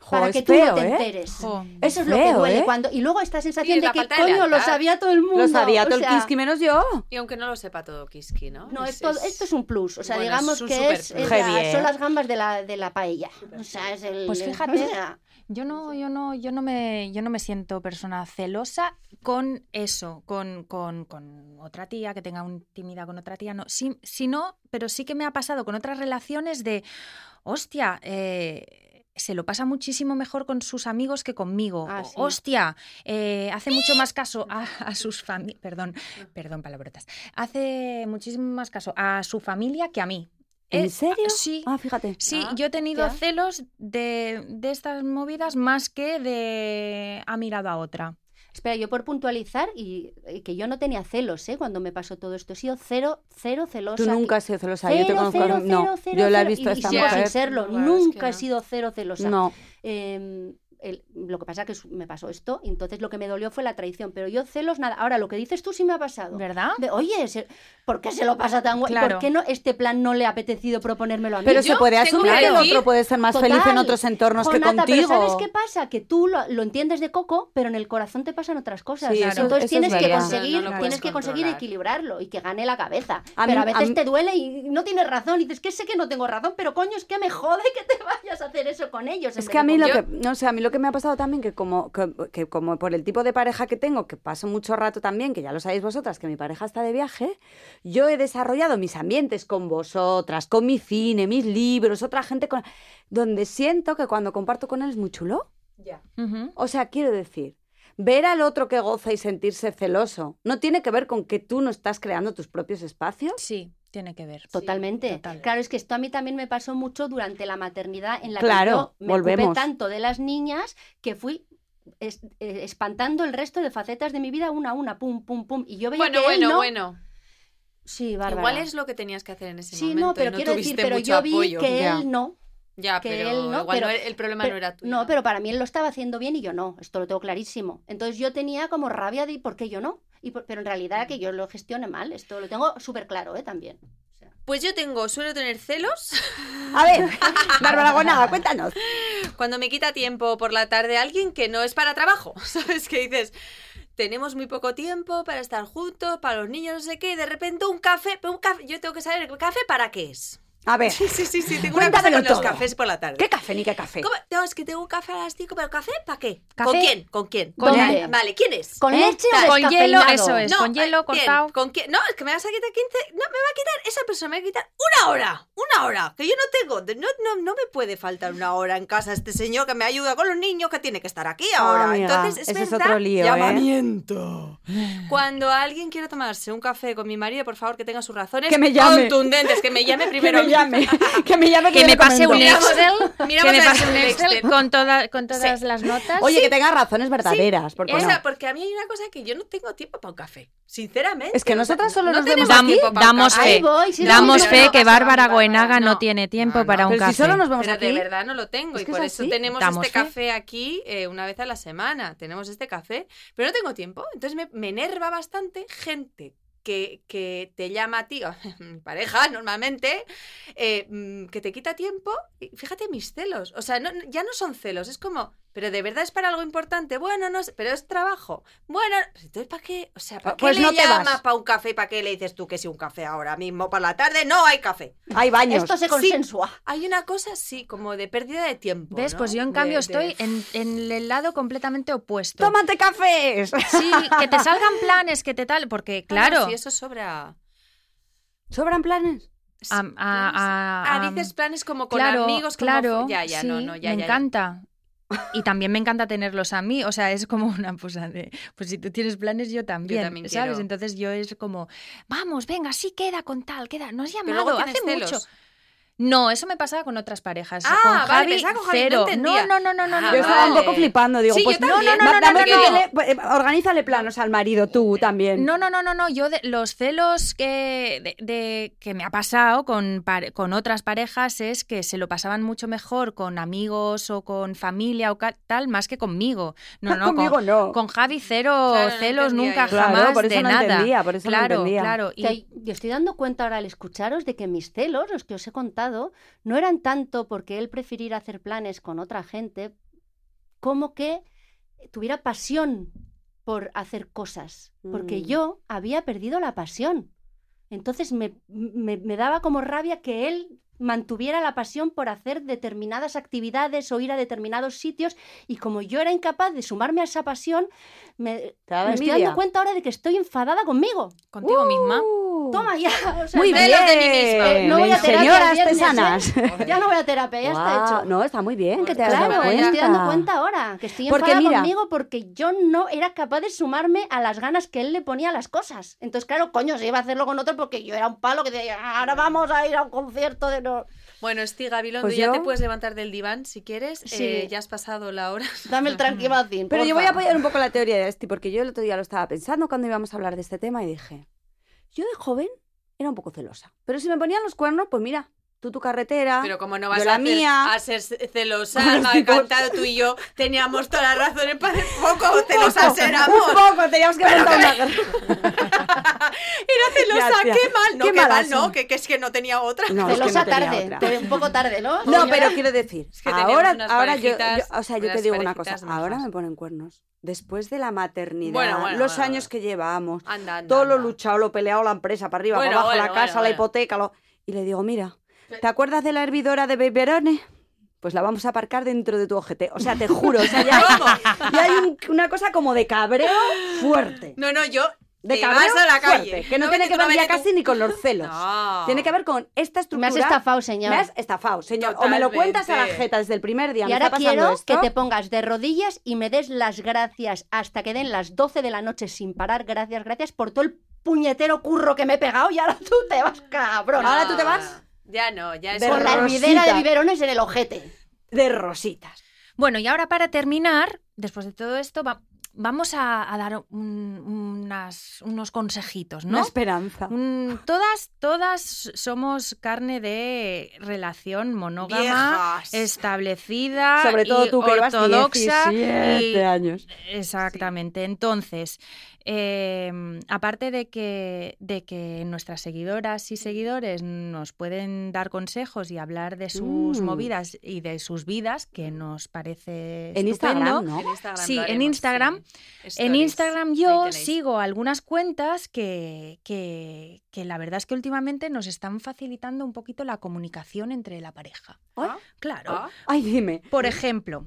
A: Jo,
F: para
A: es
F: que tú
A: feo,
F: no te
A: ¿eh?
F: enteres.
B: Jo.
F: Eso es lo que
A: Feo,
F: duele
A: ¿eh?
F: cuando y luego esta sensación
E: Sí,
F: de
E: la
F: que
E: falta de
F: coño lo
E: lealtad.
F: sabía todo el mundo.
D: Lo sabía
F: o
D: todo el
F: sea,
D: Kiski menos yo.
E: Y aunque no lo sepa todo Kiski, ¿no?
F: No, es todo- esto es un plus, o sea,
E: bueno,
F: digamos
E: es un
F: que es,
E: superplus.
F: es la-
A: Heavy, ¿eh?
F: son las gambas de la, de la paella. O sea, es el,
B: Pues
F: el-
B: fíjate.
F: o sea,
B: Yo no, yo no, yo no me, yo no me siento persona celosa con eso, con, con, con otra tía, que tenga un intimidad con otra tía, no, sí, sí no, pero sí que me ha pasado con otras relaciones de, hostia, eh, se lo pasa muchísimo mejor con sus amigos que conmigo.
F: Ah,
B: o,
F: sí.
B: Hostia, eh, hace mucho más caso a, a sus familias, perdón, perdón, palabrotas, hace muchísimo más caso a su familia que a mí.
D: ¿En
B: Eh,
D: serio?
B: Sí,
D: Ah, fíjate.
B: Sí,
E: Ah,
B: yo he tenido
F: ya.
B: celos de, de estas movidas más que de ha mirado a otra.
F: Espera, yo por puntualizar y, y que yo no tenía celos, ¿eh? Cuando me pasó todo esto, he sido cero, cero celosa.
D: Tú nunca
F: Y-
D: has sido celosa. yo te
F: Cero,
D: conozco.
F: cero,
D: no,
F: cero, cero,
D: yo la he
F: cero.
D: visto a
F: Y- y
D: esta
F: sigo
D: mujer.
F: sin serlo,
E: La verdad es
F: nunca
E: que
F: he
E: no.
F: sido cero celosa.
D: no.
F: Eh, el- lo que pasa que su- me pasó esto, y entonces lo que me dolió fue la traición, pero yo celos nada. Ahora, lo que dices tú sí me ha pasado.
B: ¿Verdad?
F: De, Oye, se- ¿por qué se lo pasa tan guay?
B: Claro.
F: ¿Por qué no este plan no le ha apetecido proponérmelo a mí?
D: Pero
E: yo
D: se puede
E: tengo
D: asumir
E: que
D: que el
E: decir-
D: otro puede ser más
F: Total.
D: feliz en otros entornos que
F: Jonata,
D: contigo.
F: pero ¿sabes qué pasa? Que tú lo, lo entiendes de coco, pero en el corazón te pasan otras cosas.
D: Sí,
F: Claro.
B: eso-
D: eso
F: Entonces
D: es
F: tienes que
D: verdad.
E: No,
F: conseguir,
E: no lo
F: tienes
E: puedes
F: que conseguir
E: controlar.
F: equilibrarlo y que gane la cabeza.
D: A
F: pero
D: mí-
F: a veces
D: a mí-
F: te duele y no tienes razón y dices que sé que no tengo razón, pero coño, es que me jode que te vayas a hacer eso con ellos. en
D: Es
F: vez
D: que a
F: de
D: mí lo
F: conmigo.
D: que, no sé, a mí lo que me ha pasado también que como que, que como por el tipo de pareja que tengo, que paso mucho rato también, que ya lo sabéis vosotras, que mi pareja está de viaje, yo he desarrollado mis ambientes con vosotras, con mi cine, mis libros, otra gente con donde siento que cuando comparto con él es muy chulo.
B: Ujú.
D: O sea, quiero decir, ver al otro que goza y sentirse celoso no tiene que ver con que tú no estás creando tus propios espacios.
B: Sí, tiene que ver.
F: Totalmente.
B: total.
F: Claro, es que esto a mí también me pasó mucho durante la maternidad en la
D: Claro,
F: que yo me
D: volvemos.
F: ocupé tanto de las niñas que fui es- eh, espantando el resto de facetas de mi vida una a una, pum, pum, pum. Y yo veía
E: Bueno,
F: que él
E: bueno,
F: no.
E: bueno.
F: Sí, Bárbara.
E: Igual es lo que tenías que hacer en ese
F: Sí,
E: momento.
F: no, pero
E: y no
F: quiero
E: tuviste
F: decir, pero
E: mucho
F: yo vi
E: apoyo.
F: que
D: Ya.
F: él no.
E: Ya,
F: que
E: pero
F: él no,
E: igual
F: pero-
E: no era- el problema
F: Pero-
E: no era tuyo.
F: no, pero para mí él lo estaba haciendo bien y yo no. Esto lo tengo clarísimo. Entonces yo tenía como rabia de "¿Y por qué yo no. Y por- pero en realidad era que yo lo gestione mal. Esto lo tengo súper claro, ¿eh? También.
E: Pues yo tengo, suelo tener celos
D: A ver, Bárbara Gonaga, cuéntanos.
E: cuando me quita tiempo por la tarde alguien que no es para trabajo. ¿Sabes qué dices? Tenemos muy poco tiempo para estar juntos, para los niños, no sé qué, y de repente un café, pero un café, yo tengo que saber, ¿el café para qué es?
D: A ver,
E: Sí, sí, sí, sí, tengo una cosa
D: Eh, Cuéntamelo
E: con los
D: todo.
E: cafés por la tarde.
D: ¿qué café ni qué café?
E: ¿Cómo? No, es que tengo un café a las 5, pero ¿café para qué?
B: ¿Café?
E: ¿Con quién? ¿Con quién?
F: ¿Dónde?
E: la- Vale, ¿quién es?
F: Con
E: ¿Eh?
F: leche o
E: Tal.
B: Con hielo,
F: Descafeinado.
B: eso es. con hielo,
E: eh, bien,
B: cortado.
E: ¿con quién? No, es que me vas a quitar 15. No, me va a quitar. Esa persona me va a quitar una hora. Una hora. Que yo no tengo. de- No, no, no me puede faltar una hora en casa este señor que me ayuda con los niños que tiene que estar aquí ahora.
D: amiga,
E: Entonces, es
D: Ah, ese es
E: verdad,
D: otro lío, ¿eh?
E: llamamiento. Cuando alguien quiera tomarse un café con mi marido, por favor, que tenga sus razones
D: Que me llame.
E: contundentes. Que me llame primero.
D: que me llame, que me llame, que,
B: Que
D: yo
B: me
D: le
B: pase un
D: comento.
E: Miramos-
B: Excel, que
E: miramos
B: me
E: el
B: pase un
E: Excel.
B: Excel con, toda- con todas las notas.
D: Oye, que tenga razones verdaderas, porque
E: o
D: no.
E: sea, porque a mí hay una cosa que yo no tengo tiempo para un café. Sinceramente.
D: Es que
E: O sea,
D: nosotras solo
E: no
D: nos vemos
E: tenemos
B: Dam-
E: tiempo para un
B: damos
E: café.
B: fe,
F: Ahí voy, sí,
B: damos
F: no,
B: fe
F: pero-
E: no
B: que
E: pasa
B: Bárbara
E: nada,
B: Goenaga no,
E: no.
B: tiene tiempo
E: No, no.
B: para un
D: Pero si
B: café.
D: solo nos vemos
E: Pero
D: aquí.
E: de verdad no lo tengo
D: Es
E: y
D: que
E: por
D: es
E: eso
D: así.
E: tenemos
B: Damos
E: este
B: fe.
E: café aquí eh, una vez a la semana. Tenemos este café, pero no tengo tiempo. Entonces me, me enerva bastante gente que, que te llama a ti, o mi pareja normalmente, eh, mm, que te quita tiempo. Y Fíjate mis celos. O sea, no- no- ya no son celos, es como, pero de verdad es para algo importante. Bueno, no sé, pero es trabajo. Bueno, pues entonces ¿para qué? O sea, ¿para qué
D: Pues
E: le
D: no te
E: llamas
D: vas.
E: para un café y para qué le dices tú que si un café ahora mismo para la tarde? No hay café.
D: Hay baños.
F: Esto se consensúa.
E: Hay una cosa, sí, como de pérdida de tiempo.
B: ¿Ves?
E: ¿no?
B: Pues yo en
E: De-
B: cambio
E: de-
B: estoy en, en el lado completamente opuesto.
D: ¡Tómate cafés!
B: Sí, que te salgan planes, que te tal, porque
E: Ah,
B: claro,
E: no, sí, eso sobra.
D: ¿Sobran planes?
E: Sí,
B: a- a-
E: planes.
B: a-
E: Ah,
B: a-
E: dices planes como con
B: claro,
E: amigos, como
B: claro,
E: Ya, ya,
B: sí,
E: no, no, ya, ya,
B: me
E: ya.
B: encanta. Y también me encanta tenerlos a mí, o sea, es como una cosa de, pues si tú tienes planes, yo también,
E: también
B: ¿sabes?
E: quiero.
B: Entonces yo es como, vamos, venga, sí, queda con tal, queda, no has
E: Pero
B: llamado,
E: luego
B: hace
E: tienes celos.
B: mucho. No, eso me pasaba con otras parejas.
E: Ah,
B: con
E: vale,
B: Javi,
E: pensaba con Javi, no
B: cero.
E: entendía.
B: no, no, no, no,
E: Ah,
B: no,
D: yo estaba un
E: vale.
D: poco flipando, digo,
E: Sí, yo
D: pues
E: también,
D: da-
E: no, no,
D: dame
E: no,
D: que
E: no.
D: tele- pues, eh, organízale planos al marido, tú también.
B: No, no, no, no, no. Yo de- los celos que, de, de- que me ha pasado con, pare- con otras parejas es que se lo pasaban mucho mejor con amigos o con familia o ca- tal, más que conmigo. No, no,
D: conmigo
B: con,
D: no.
B: con Javi cero
E: Claro, no
B: celos
E: entendía
B: nunca
E: yo.
B: jamás
D: Claro, por eso
B: de
D: no
B: nada.
D: entendía, por eso no
B: claro,
D: entendía.
B: claro. Y,
F: Que yo estoy dando cuenta ahora al escucharos de que mis celos, los que os he contado, no eran tanto porque él preferir hacer planes con otra gente, como que tuviera pasión por hacer cosas, porque
D: Mm.
F: yo había perdido la pasión. Entonces me, me- me daba como rabia que él mantuviera la pasión por hacer determinadas actividades o ir a determinados sitios y como yo era incapaz de sumarme a esa pasión, me,
D: Te daba
F: me estoy
D: envidia.
F: dando cuenta ahora de que estoy enfadada conmigo.
B: Contigo misma.
D: Uh,
F: Toma ya. o sea,
D: Muy
F: me-
D: bien.
E: celos de mí misma.
F: No voy a terapia
D: Señoras
F: viernes, ¿eh?
D: tesanas.
F: Ya no voy a terapia, ya está
D: Guau,
F: hecho.
D: No, está muy bien que te
E: Claro,
D: has dado
F: Claro, me
D: cuenta.
F: estoy dando cuenta ahora que estoy
D: Porque
F: enfadada
D: mira-
F: conmigo porque yo no era capaz de sumarme a las ganas que él le ponía a las cosas. Entonces, claro, coño, se iba a hacerlo con otro porque yo era un palo que decía, "Ah, ahora vamos a ir a un concierto de no.
E: Bueno, Estiga Gabilondo,
D: Pues
E: ya
D: yo-
E: te puedes levantar del diván si quieres.
F: Sí.
E: Eh, ya has pasado la hora.
F: Dame el tranquilacín.
D: Pero yo voy a
F: porfa".
D: apoyar un poco la teoría de Esti, porque yo el otro día lo estaba pensando cuando íbamos a hablar de este tema y dije, yo de joven era un poco celosa, pero si me ponían los cuernos, pues mira, tú tu carretera,
E: Pero como no vas
D: Ah, Yo la
E: a, hacer-
D: mía.
E: a ser celosa,
D: Con los
E: ha
D: tipos.
E: cantado tú y yo, teníamos toda la razón en paz. Poco celosas éramos.
D: un poco, teníamos que montar una guerra.
E: Era celosa,
D: Ya, tía.
E: qué mal. No,
D: Qué
E: qué, mal, ah,
D: malas
E: no,
D: son.
E: que, que es que no tenía otra.
D: No, es que
F: Celosa
D: no tenía
F: tarde,
D: otra.
F: te- un poco tarde, ¿no?
D: No,
F: Coño,
D: pero quiero decir,
E: Es que teníamos
D: ahora,
E: unas
D: ahora yo,
E: parejitas-
D: yo- o sea, yo te
E: unas
D: digo una cosa,
E: parejitas majas.
D: ahora me ponen cuernos. Después de la maternidad,
E: Bueno, bueno,
D: los
E: bueno,
D: años
E: bueno.
D: que llevamos,
E: Anda, anda,
D: todo lo
E: anda.
D: luchado, lo peleado, la empresa, para arriba,
E: Bueno,
D: para abajo,
E: bueno,
D: la casa,
E: bueno,
D: la
E: bueno.
D: hipoteca, lo- y le digo, mira,
E: Pe-
D: ¿te acuerdas de la hervidora de Beberone? Pues la vamos a aparcar dentro de tu ojete. O sea, te juro, o sea, ya, ya hay un- una cosa como de cabreo fuerte.
E: No, no, yo.
D: De
E: te
D: cabreo
E: vas a la calle.
D: fuerte, que no,
E: No
D: tiene
E: metes
D: que
E: una
D: ver ya
E: vez tú-
D: casi ni con los celos.
E: No.
D: Tiene que ver con esta
F: Me
D: estructura.
F: has estafado, señor.
D: Me has estafado, señor. O me lo
E: Totalmente.
D: cuentas a la jeta desde el primer día.
F: Y
D: me
F: ahora
D: está pasando
F: quiero
D: esto.
F: que te pongas de rodillas y me des las gracias hasta que den las 12 de la noche sin parar. Gracias, gracias por todo el puñetero curro que me he pegado y ahora tú te vas, cabrón.
D: Ahora tú te vas
E: Ya no, ya es
D: De
F: Con la
D: Rosita.
F: hervidera de biberones en el ojete.
D: de rositas.
B: Bueno, y ahora para terminar, después de todo esto, va- vamos a, a dar un- unas- unos consejitos,
D: Una
B: ¿no?
D: esperanza.
B: Mm, todas, todas somos carne de relación monógama
E: Viejas.
B: establecida,
D: Sobre todo
B: y
D: tú que llevas
B: ortodoxa
D: 17
B: y-
D: años.
B: Exactamente. Entonces, eh, aparte de que, de que nuestras seguidoras y seguidores nos pueden dar consejos y hablar de sus
D: Mm.
B: movidas y de sus vidas, que nos parece
D: En
B: estupendo,
D: Instagram, ¿no?
E: En Instagram lo
B: Sí, en
E: haremos,
B: Instagram.
E: sí.
B: En
E: Stories.
B: Instagram
E: Ahí
B: yo
E: tenéis.
B: sigo algunas cuentas que, que- que la verdad es que últimamente nos están facilitando un poquito la comunicación entre la pareja.
E: Ah,
B: Claro.
E: ah.
D: Ay, dime.
B: Por ejemplo,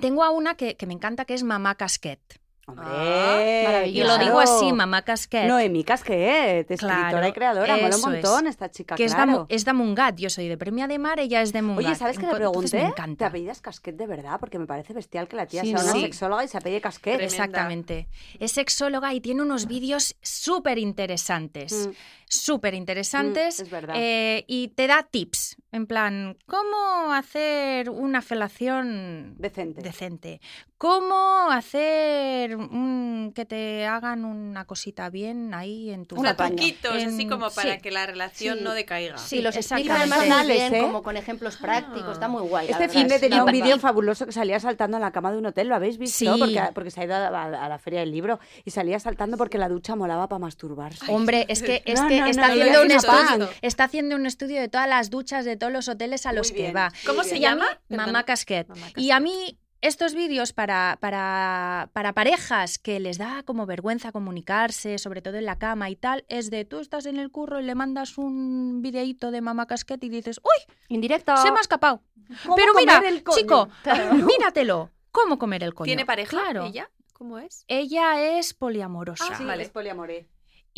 B: tengo a una que, que me encanta que es Mamá Casquet.
D: Hombre,
E: Ah,
B: Y
F: maravilloso.
B: lo
F: Claro.
B: digo así, Mamá Casquet.
D: Noemí Casquet, escritora
B: Claro,
D: y creadora. Mola un
B: eso es.
D: montón esta chica,
B: que es, de
D: claro.
B: Mu- es de Mungat. Yo soy de Premia de Mar, ella es de Mungat.
D: Oye, ¿sabes qué le
B: Ento- entonces
D: pregunté?
B: Me
D: ¿Te
B: encanta.
D: apellidas Casquet de verdad? Porque me parece bestial que la tía
B: Sí,
D: sea una
B: ¿no?
D: sexóloga y se apellide Casquet.
E: Tremenda.
B: Exactamente. Es sexóloga y tiene unos vídeos súper interesantes.
D: Mm,
B: Súper interesantes.
D: mm, es verdad.
B: eh, y te da tips. En plan, ¿cómo hacer una felación
D: Decente.
B: decente? ¿Cómo hacer un- que te hagan una cosita bien ahí en tu
D: Un apaño.
E: Truquitos, así
B: En-
E: como para
B: sí.
E: que la relación
F: Sí.
E: no decaiga.
B: Sí.
F: Sí, los explica
B: exactamente.
F: además muy
D: Personales,
F: bien,
D: ¿eh?
F: como con ejemplos prácticos, está muy guay. la
D: Este
F: verdad,
D: fin de
F: sí.
D: tenía
B: Y
D: un
B: pa-
D: vídeo
B: y-
D: fabuloso que salía saltando en la cama de un hotel, ¿lo habéis visto?
B: Sí.
D: Porque, porque se ha ido a, a- a la feria del libro y salía saltando porque la ducha molaba para masturbarse.
B: Hombre, es que, es
D: No,
B: que
D: no, no,
B: está,
D: no,
B: haciendo
D: yo
B: un
D: soy una
B: estudio,
E: pan.
B: está haciendo un estudio de todas las duchas de todos los hoteles a los
D: Muy
B: que
D: bien.
B: va.
E: ¿Cómo
D: Sí,
E: se
B: Y a mí,
E: llama?
B: Mamá
E: Perdona.
B: Casquet.
E: Mamá
B: Y a mí estos vídeos para, para, para parejas que les da como vergüenza comunicarse, sobre todo en la cama y tal, es de tú estás en el curro y le mandas un videíto de mamá casquet y dices, uy,
F: Indirecto.
B: se me ha escapado.
D: Ah, ¿Cómo
B: Pero
D: comer
B: mira,
D: el coño?
B: chico,
F: Claro.
B: míratelo. ¿Cómo comer el coño?
E: ¿Tiene pareja
B: Claro.
E: ella? ¿Cómo es?
B: Ella es poliamorosa.
E: Ah,
D: Sí,
E: vale.
D: es poliamoré.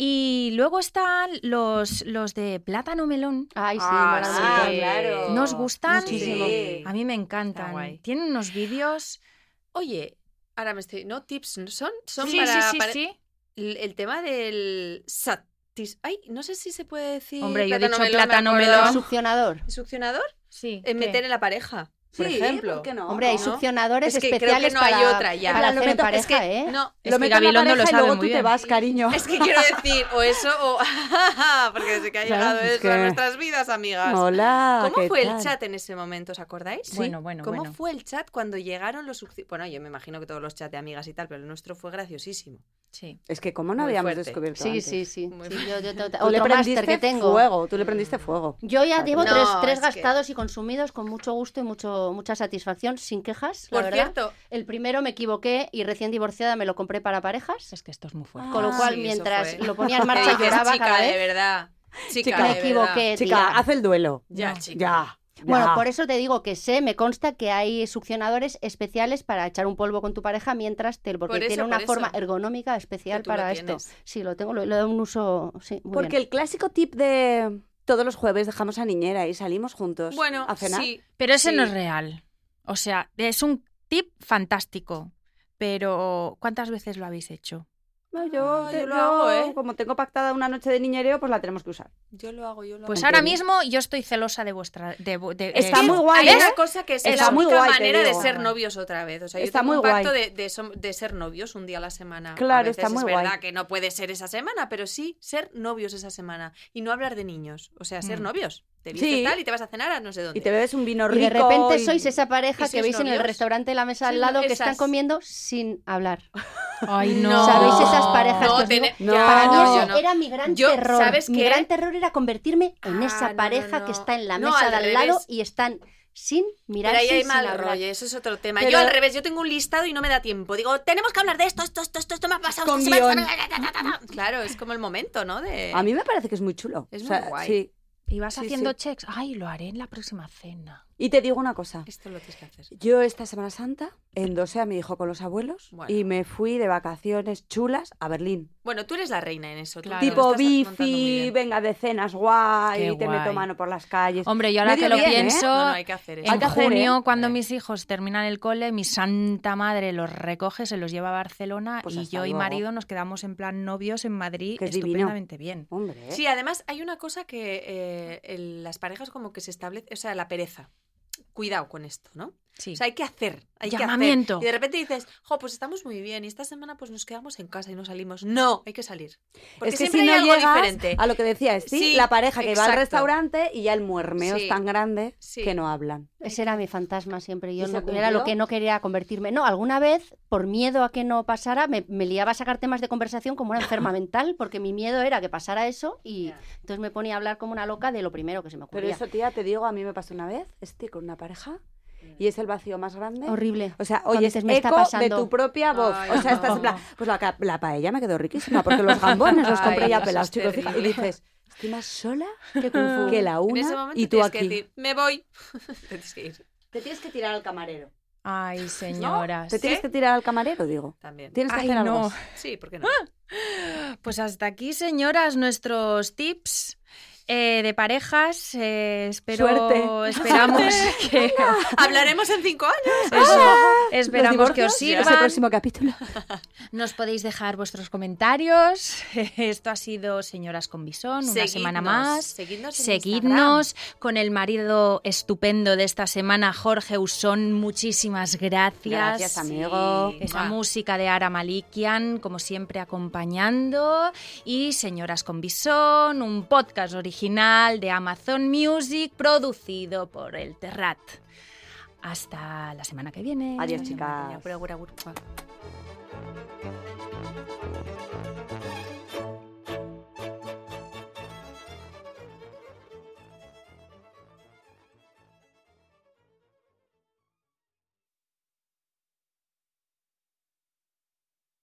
B: Y luego están los, los de plátano melón.
F: Ay, sí,
E: Ah,
F: mola
E: sí.
F: mucho.
E: Ah, claro.
B: ¿No os gustan?
D: Muchísimo.
E: Sí.
B: A mí me
E: Está
B: encantan.
E: guay.
B: Tienen unos vídeos.
E: Oye, ahora me estoy. ¿No tips no son? Son
B: Sí,
E: para.
B: sí, sí,
E: para-
B: sí.
E: El, el tema del. Satis... Ay, no sé si se puede decir.
B: Hombre, yo he dicho
E: me
B: plátano
E: acuerdo.
B: melón.
F: Succionador.
E: ¿Succionador?
B: Sí,
E: Eh,
B: ¿qué?
E: meter en la pareja. Por
D: Sí,
E: ejemplo.
D: ¿por qué no?
F: Hombre, hay
E: ¿no?
F: succionadores
E: Es que creo que
F: especiales
E: no hay
F: para,
E: otra ya.
F: para
E: Ahora
F: hacer
D: lo
F: en
D: meto-
F: pareja,
D: es que-
F: ¿eh?
E: No,
B: Es
D: lo
B: que
D: meto en la
B: Gabilondo lo
D: pareja y
B: sabe
D: luego
B: muy
D: tú te
B: bien.
D: vas, cariño.
E: Es que quiero decir, o eso, o. Porque desde que ha
D: Claro,
E: llegado
D: es
E: eso
D: que-
E: a nuestras vidas, amigas.
D: Hola.
E: ¿Cómo
D: ¿qué
E: fue
D: tal?
E: el chat en ese momento? ¿Os acordáis?
B: Bueno, bueno,
E: ¿Cómo
B: bueno.
E: fue el chat cuando llegaron los succi- Bueno, yo me imagino que todos los chats de amigas y tal, pero el nuestro fue graciosísimo.
B: Sí.
D: Es que cómo no
E: Muy
D: habíamos
E: fuerte.
D: descubierto
F: Sí,
D: antes.
F: sí, sí.
E: Muy
F: Sí,
E: bien.
F: yo- yo-
D: Tú le
F: otro máster
D: prendiste Ah,
F: que tengo.
D: Mm. fuego, tú le prendiste fuego.
F: Yo ya llevo
E: No,
F: tres, tres
E: es que-
F: gastados y consumidos con mucho gusto y mucho mucho, mucha satisfacción, sin quejas, la
E: Por
F: verdad.
E: cierto,
F: El primero me equivoqué y recién divorciada me lo compré para parejas.
B: Es que esto es muy fuerte.
F: Con lo
E: Ah,
F: cual,
E: sí, eso
F: mientras
E: fue.
F: lo ponía en
E: que
F: marcha,
E: dices,
F: lloraba
E: chica,
F: cada
E: de
F: vez.
E: verdad. Chica, Chica,
F: Me
E: de verdad.
F: equivoqué,
D: Chica,
F: tía.
D: haz el duelo.
E: Ya,
B: No.
E: chica.
D: Ya.
F: Bueno,
D: ya.
F: por eso te digo que sé, me consta que hay succionadores especiales para echar un polvo con tu pareja mientras te... Porque
E: Por eso,
F: tiene una
E: por eso.
F: forma ergonómica especial
E: Que tú lo
F: para esto.
E: tienes.
F: Sí, lo tengo, lo- le doy un uso... Sí, muy
D: Porque
F: bien.
D: el clásico tip de todos los jueves dejamos a niñera y salimos juntos
E: Bueno,
D: a cenar.
E: sí.
B: Pero ese
E: Sí.
B: no es real. O sea, es un tip fantástico. Pero, ¿cuántas veces lo habéis hecho?
D: No, yo,
E: Ah,
D: te-
E: yo lo hago, ¿eh?
D: Como tengo pactada una noche de niñereo, pues la tenemos que usar.
E: Yo lo hago, yo lo
B: Pues
E: hago.
B: ahora mismo yo estoy celosa de vuestra. de vo- de- de
D: Está
B: eso.
D: muy guay,
E: Hay
D: ¿eh?
E: una cosa que es
D: Está
E: la
D: muy
E: única
D: guay, te
E: manera de
D: digo.
E: ser novios otra vez. O sea, yo
D: Está
E: tengo
D: muy
E: un pacto
D: guay.
E: de, de som- de ser novios un día a la semana.
D: Claro,
E: a veces
D: está muy
E: es
D: guay.
E: verdad que no puede ser esa semana, pero sí ser novios esa semana. Y no hablar de niños. O sea, ser
B: Mm.
E: novios. Te
D: Sí.
E: vistes tal y te vas a cenar a no sé dónde.
D: Y te bebes un vino
F: Y
D: rico.
F: de repente
D: y-
F: sois esa
E: ¿Y
F: pareja que
E: sois
F: veis en el
E: novios?
F: restaurante de la mesa
E: Sí,
F: al
E: no,
F: lado que
E: esas.
F: están comiendo sin hablar.
B: Ay,
E: No.
B: no.
F: ¿Sabéis esas parejas
E: No,
F: que os digo?
E: tene-
D: No.
E: ya,
F: Para mí
E: no,
F: eso
E: yo no.
F: era mi gran
E: Yo,
F: terror.
E: ¿sabes
F: mi
E: qué?
F: gran terror era convertirme en
E: Ah,
F: esa
E: no, no,
F: pareja
E: no.
F: que está en la
E: No,
F: mesa
E: al
F: de al lado
E: revés.
F: y están sin
E: Pero
F: mirarse
E: ahí
F: y
E: hay
F: sin
E: mal
F: hablar.
E: rollo, ¿eh? eso es otro tema.
F: Pero-
E: Yo al revés, yo tengo un listado y no me da tiempo. Digo, tenemos que hablar de esto, esto, esto, esto, esto me ha pasado.
D: Con
E: esta semana".
D: guión.
E: Claro, es como el momento, ¿no? De...
D: A mí me parece que es muy chulo.
E: Es
D: O sea,
E: muy guay.
D: sí.
B: Y vas
D: Sí,
B: haciendo
D: sí.
B: checks. Ay, lo haré en la próxima cena.
D: Y te digo una cosa.
E: Esto lo tienes que hacer.
D: Yo esta Semana Santa endosé a mi hijo con los abuelos
E: Bueno.
D: y me fui de vacaciones chulas a Berlín.
E: Bueno, tú eres la reina en eso. tú
B: Claro.
E: te lo
D: tipo
E: estás montando muy
D: bici,
E: bien.
D: venga de cenas guay,
B: Qué
D: te
B: guay.
D: meto mano por las calles.
B: Hombre, yo ahora
D: Medio
B: que lo
D: bien, ¿eh?
B: pienso,
E: No, no, hay que hacer eso.
D: Hay
B: en
D: que hacer,
B: junio,
E: ¿eh?
B: cuando
E: Sí.
B: mis hijos terminan el cole, mi santa madre los recoge, se los lleva a Barcelona
D: Pues
B: y
D: hasta
B: yo y
D: luego.
B: marido nos quedamos en plan novios en Madrid
D: Que es divino.
B: estupendamente bien.
D: Hombre, ¿eh?
E: Sí, además hay una cosa que eh, el- las parejas como que se establece, o sea, la pereza. Cuidado con esto, ¿no? O
B: Sí.
D: Pues
E: sea, hay que hacer, hay
B: Llamamiento.
E: que hacer. Y de repente dices, jo, pues estamos muy bien y esta semana pues nos quedamos en casa y no salimos. No, hay que salir. Porque
D: es que
E: siempre
D: si no
E: hay algo
D: llegas
E: diferente.
D: a lo que decía Esti,
E: Sí,
D: la pareja que va al
E: exacto.
D: restaurante y ya el muermeo
E: Sí.
D: es tan grande
E: Sí.
D: que no hablan.
F: Ese era mi fantasma siempre. Yo
D: ¿Y se
F: no,
D: cumplió?
F: era lo que no quería convertirme. No, alguna vez, por miedo a que no pasara, me, me liaba a sacar temas de conversación como una enferma mental, porque mi miedo era que pasara eso y entonces me ponía a hablar como una loca de lo primero que se me
D: Pero
F: ocurría.
D: eso, tía, te digo, a mí me pasó una vez, estoy con una pareja y es el vacío más grande.
F: Horrible.
D: O sea,
F: Cuando
D: oye,
F: dices,
D: eco
F: "Me está
D: de
F: pasando".
D: tu propia voz.
E: Ay,
D: o sea, estás
E: no.
D: en plan, pues la, la paella me quedó riquísima porque los gambones los compré
E: Ay,
D: ya
E: eso es
D: pelados, chicos. fija- Y
E: terrible.
D: dices, estoy más sola
F: Qué kung fu.
D: que la
E: en ese
D: una
E: momento
D: y tú
E: tienes que
D: aquí.
E: decir, me voy. Tienes que ir
D: Te tienes que tirar al camarero.
B: Ay, señoras.
D: Te tienes que tirar al camarero, digo.
E: también.
D: Tienes ¡Ah! que
B: Ay,
D: hacer algo.
B: no.
D: así.
E: Sí, ¿por qué no?
B: Pues hasta aquí, señoras, nuestros tips. eh, de parejas, eh, espero,
D: Suerte.
B: esperamos que
E: Hablaremos en cinco años.
B: eso,
D: Los
B: esperamos que os
D: divorcios, Ese
B: sirvan.
D: próximo capítulo.
B: Nos podéis dejar vuestros comentarios. Esto ha sido Señoras con Bisón, una semana más.
E: Seguidnos. en
B: Seguidnos con el marido estupendo de esta semana, Jorge Usón. Muchísimas gracias.
D: Gracias,
E: Instagram.
D: amigo.
E: Sí,
B: Esa
E: mua.
B: música de Ara Malikian, como siempre, acompañando. Y Señoras con Bisón, un podcast original de Amazon Music, producido por El Terrat. Hasta la semana que viene.
D: Adiós, chicas.
E: Agur, agur, agur.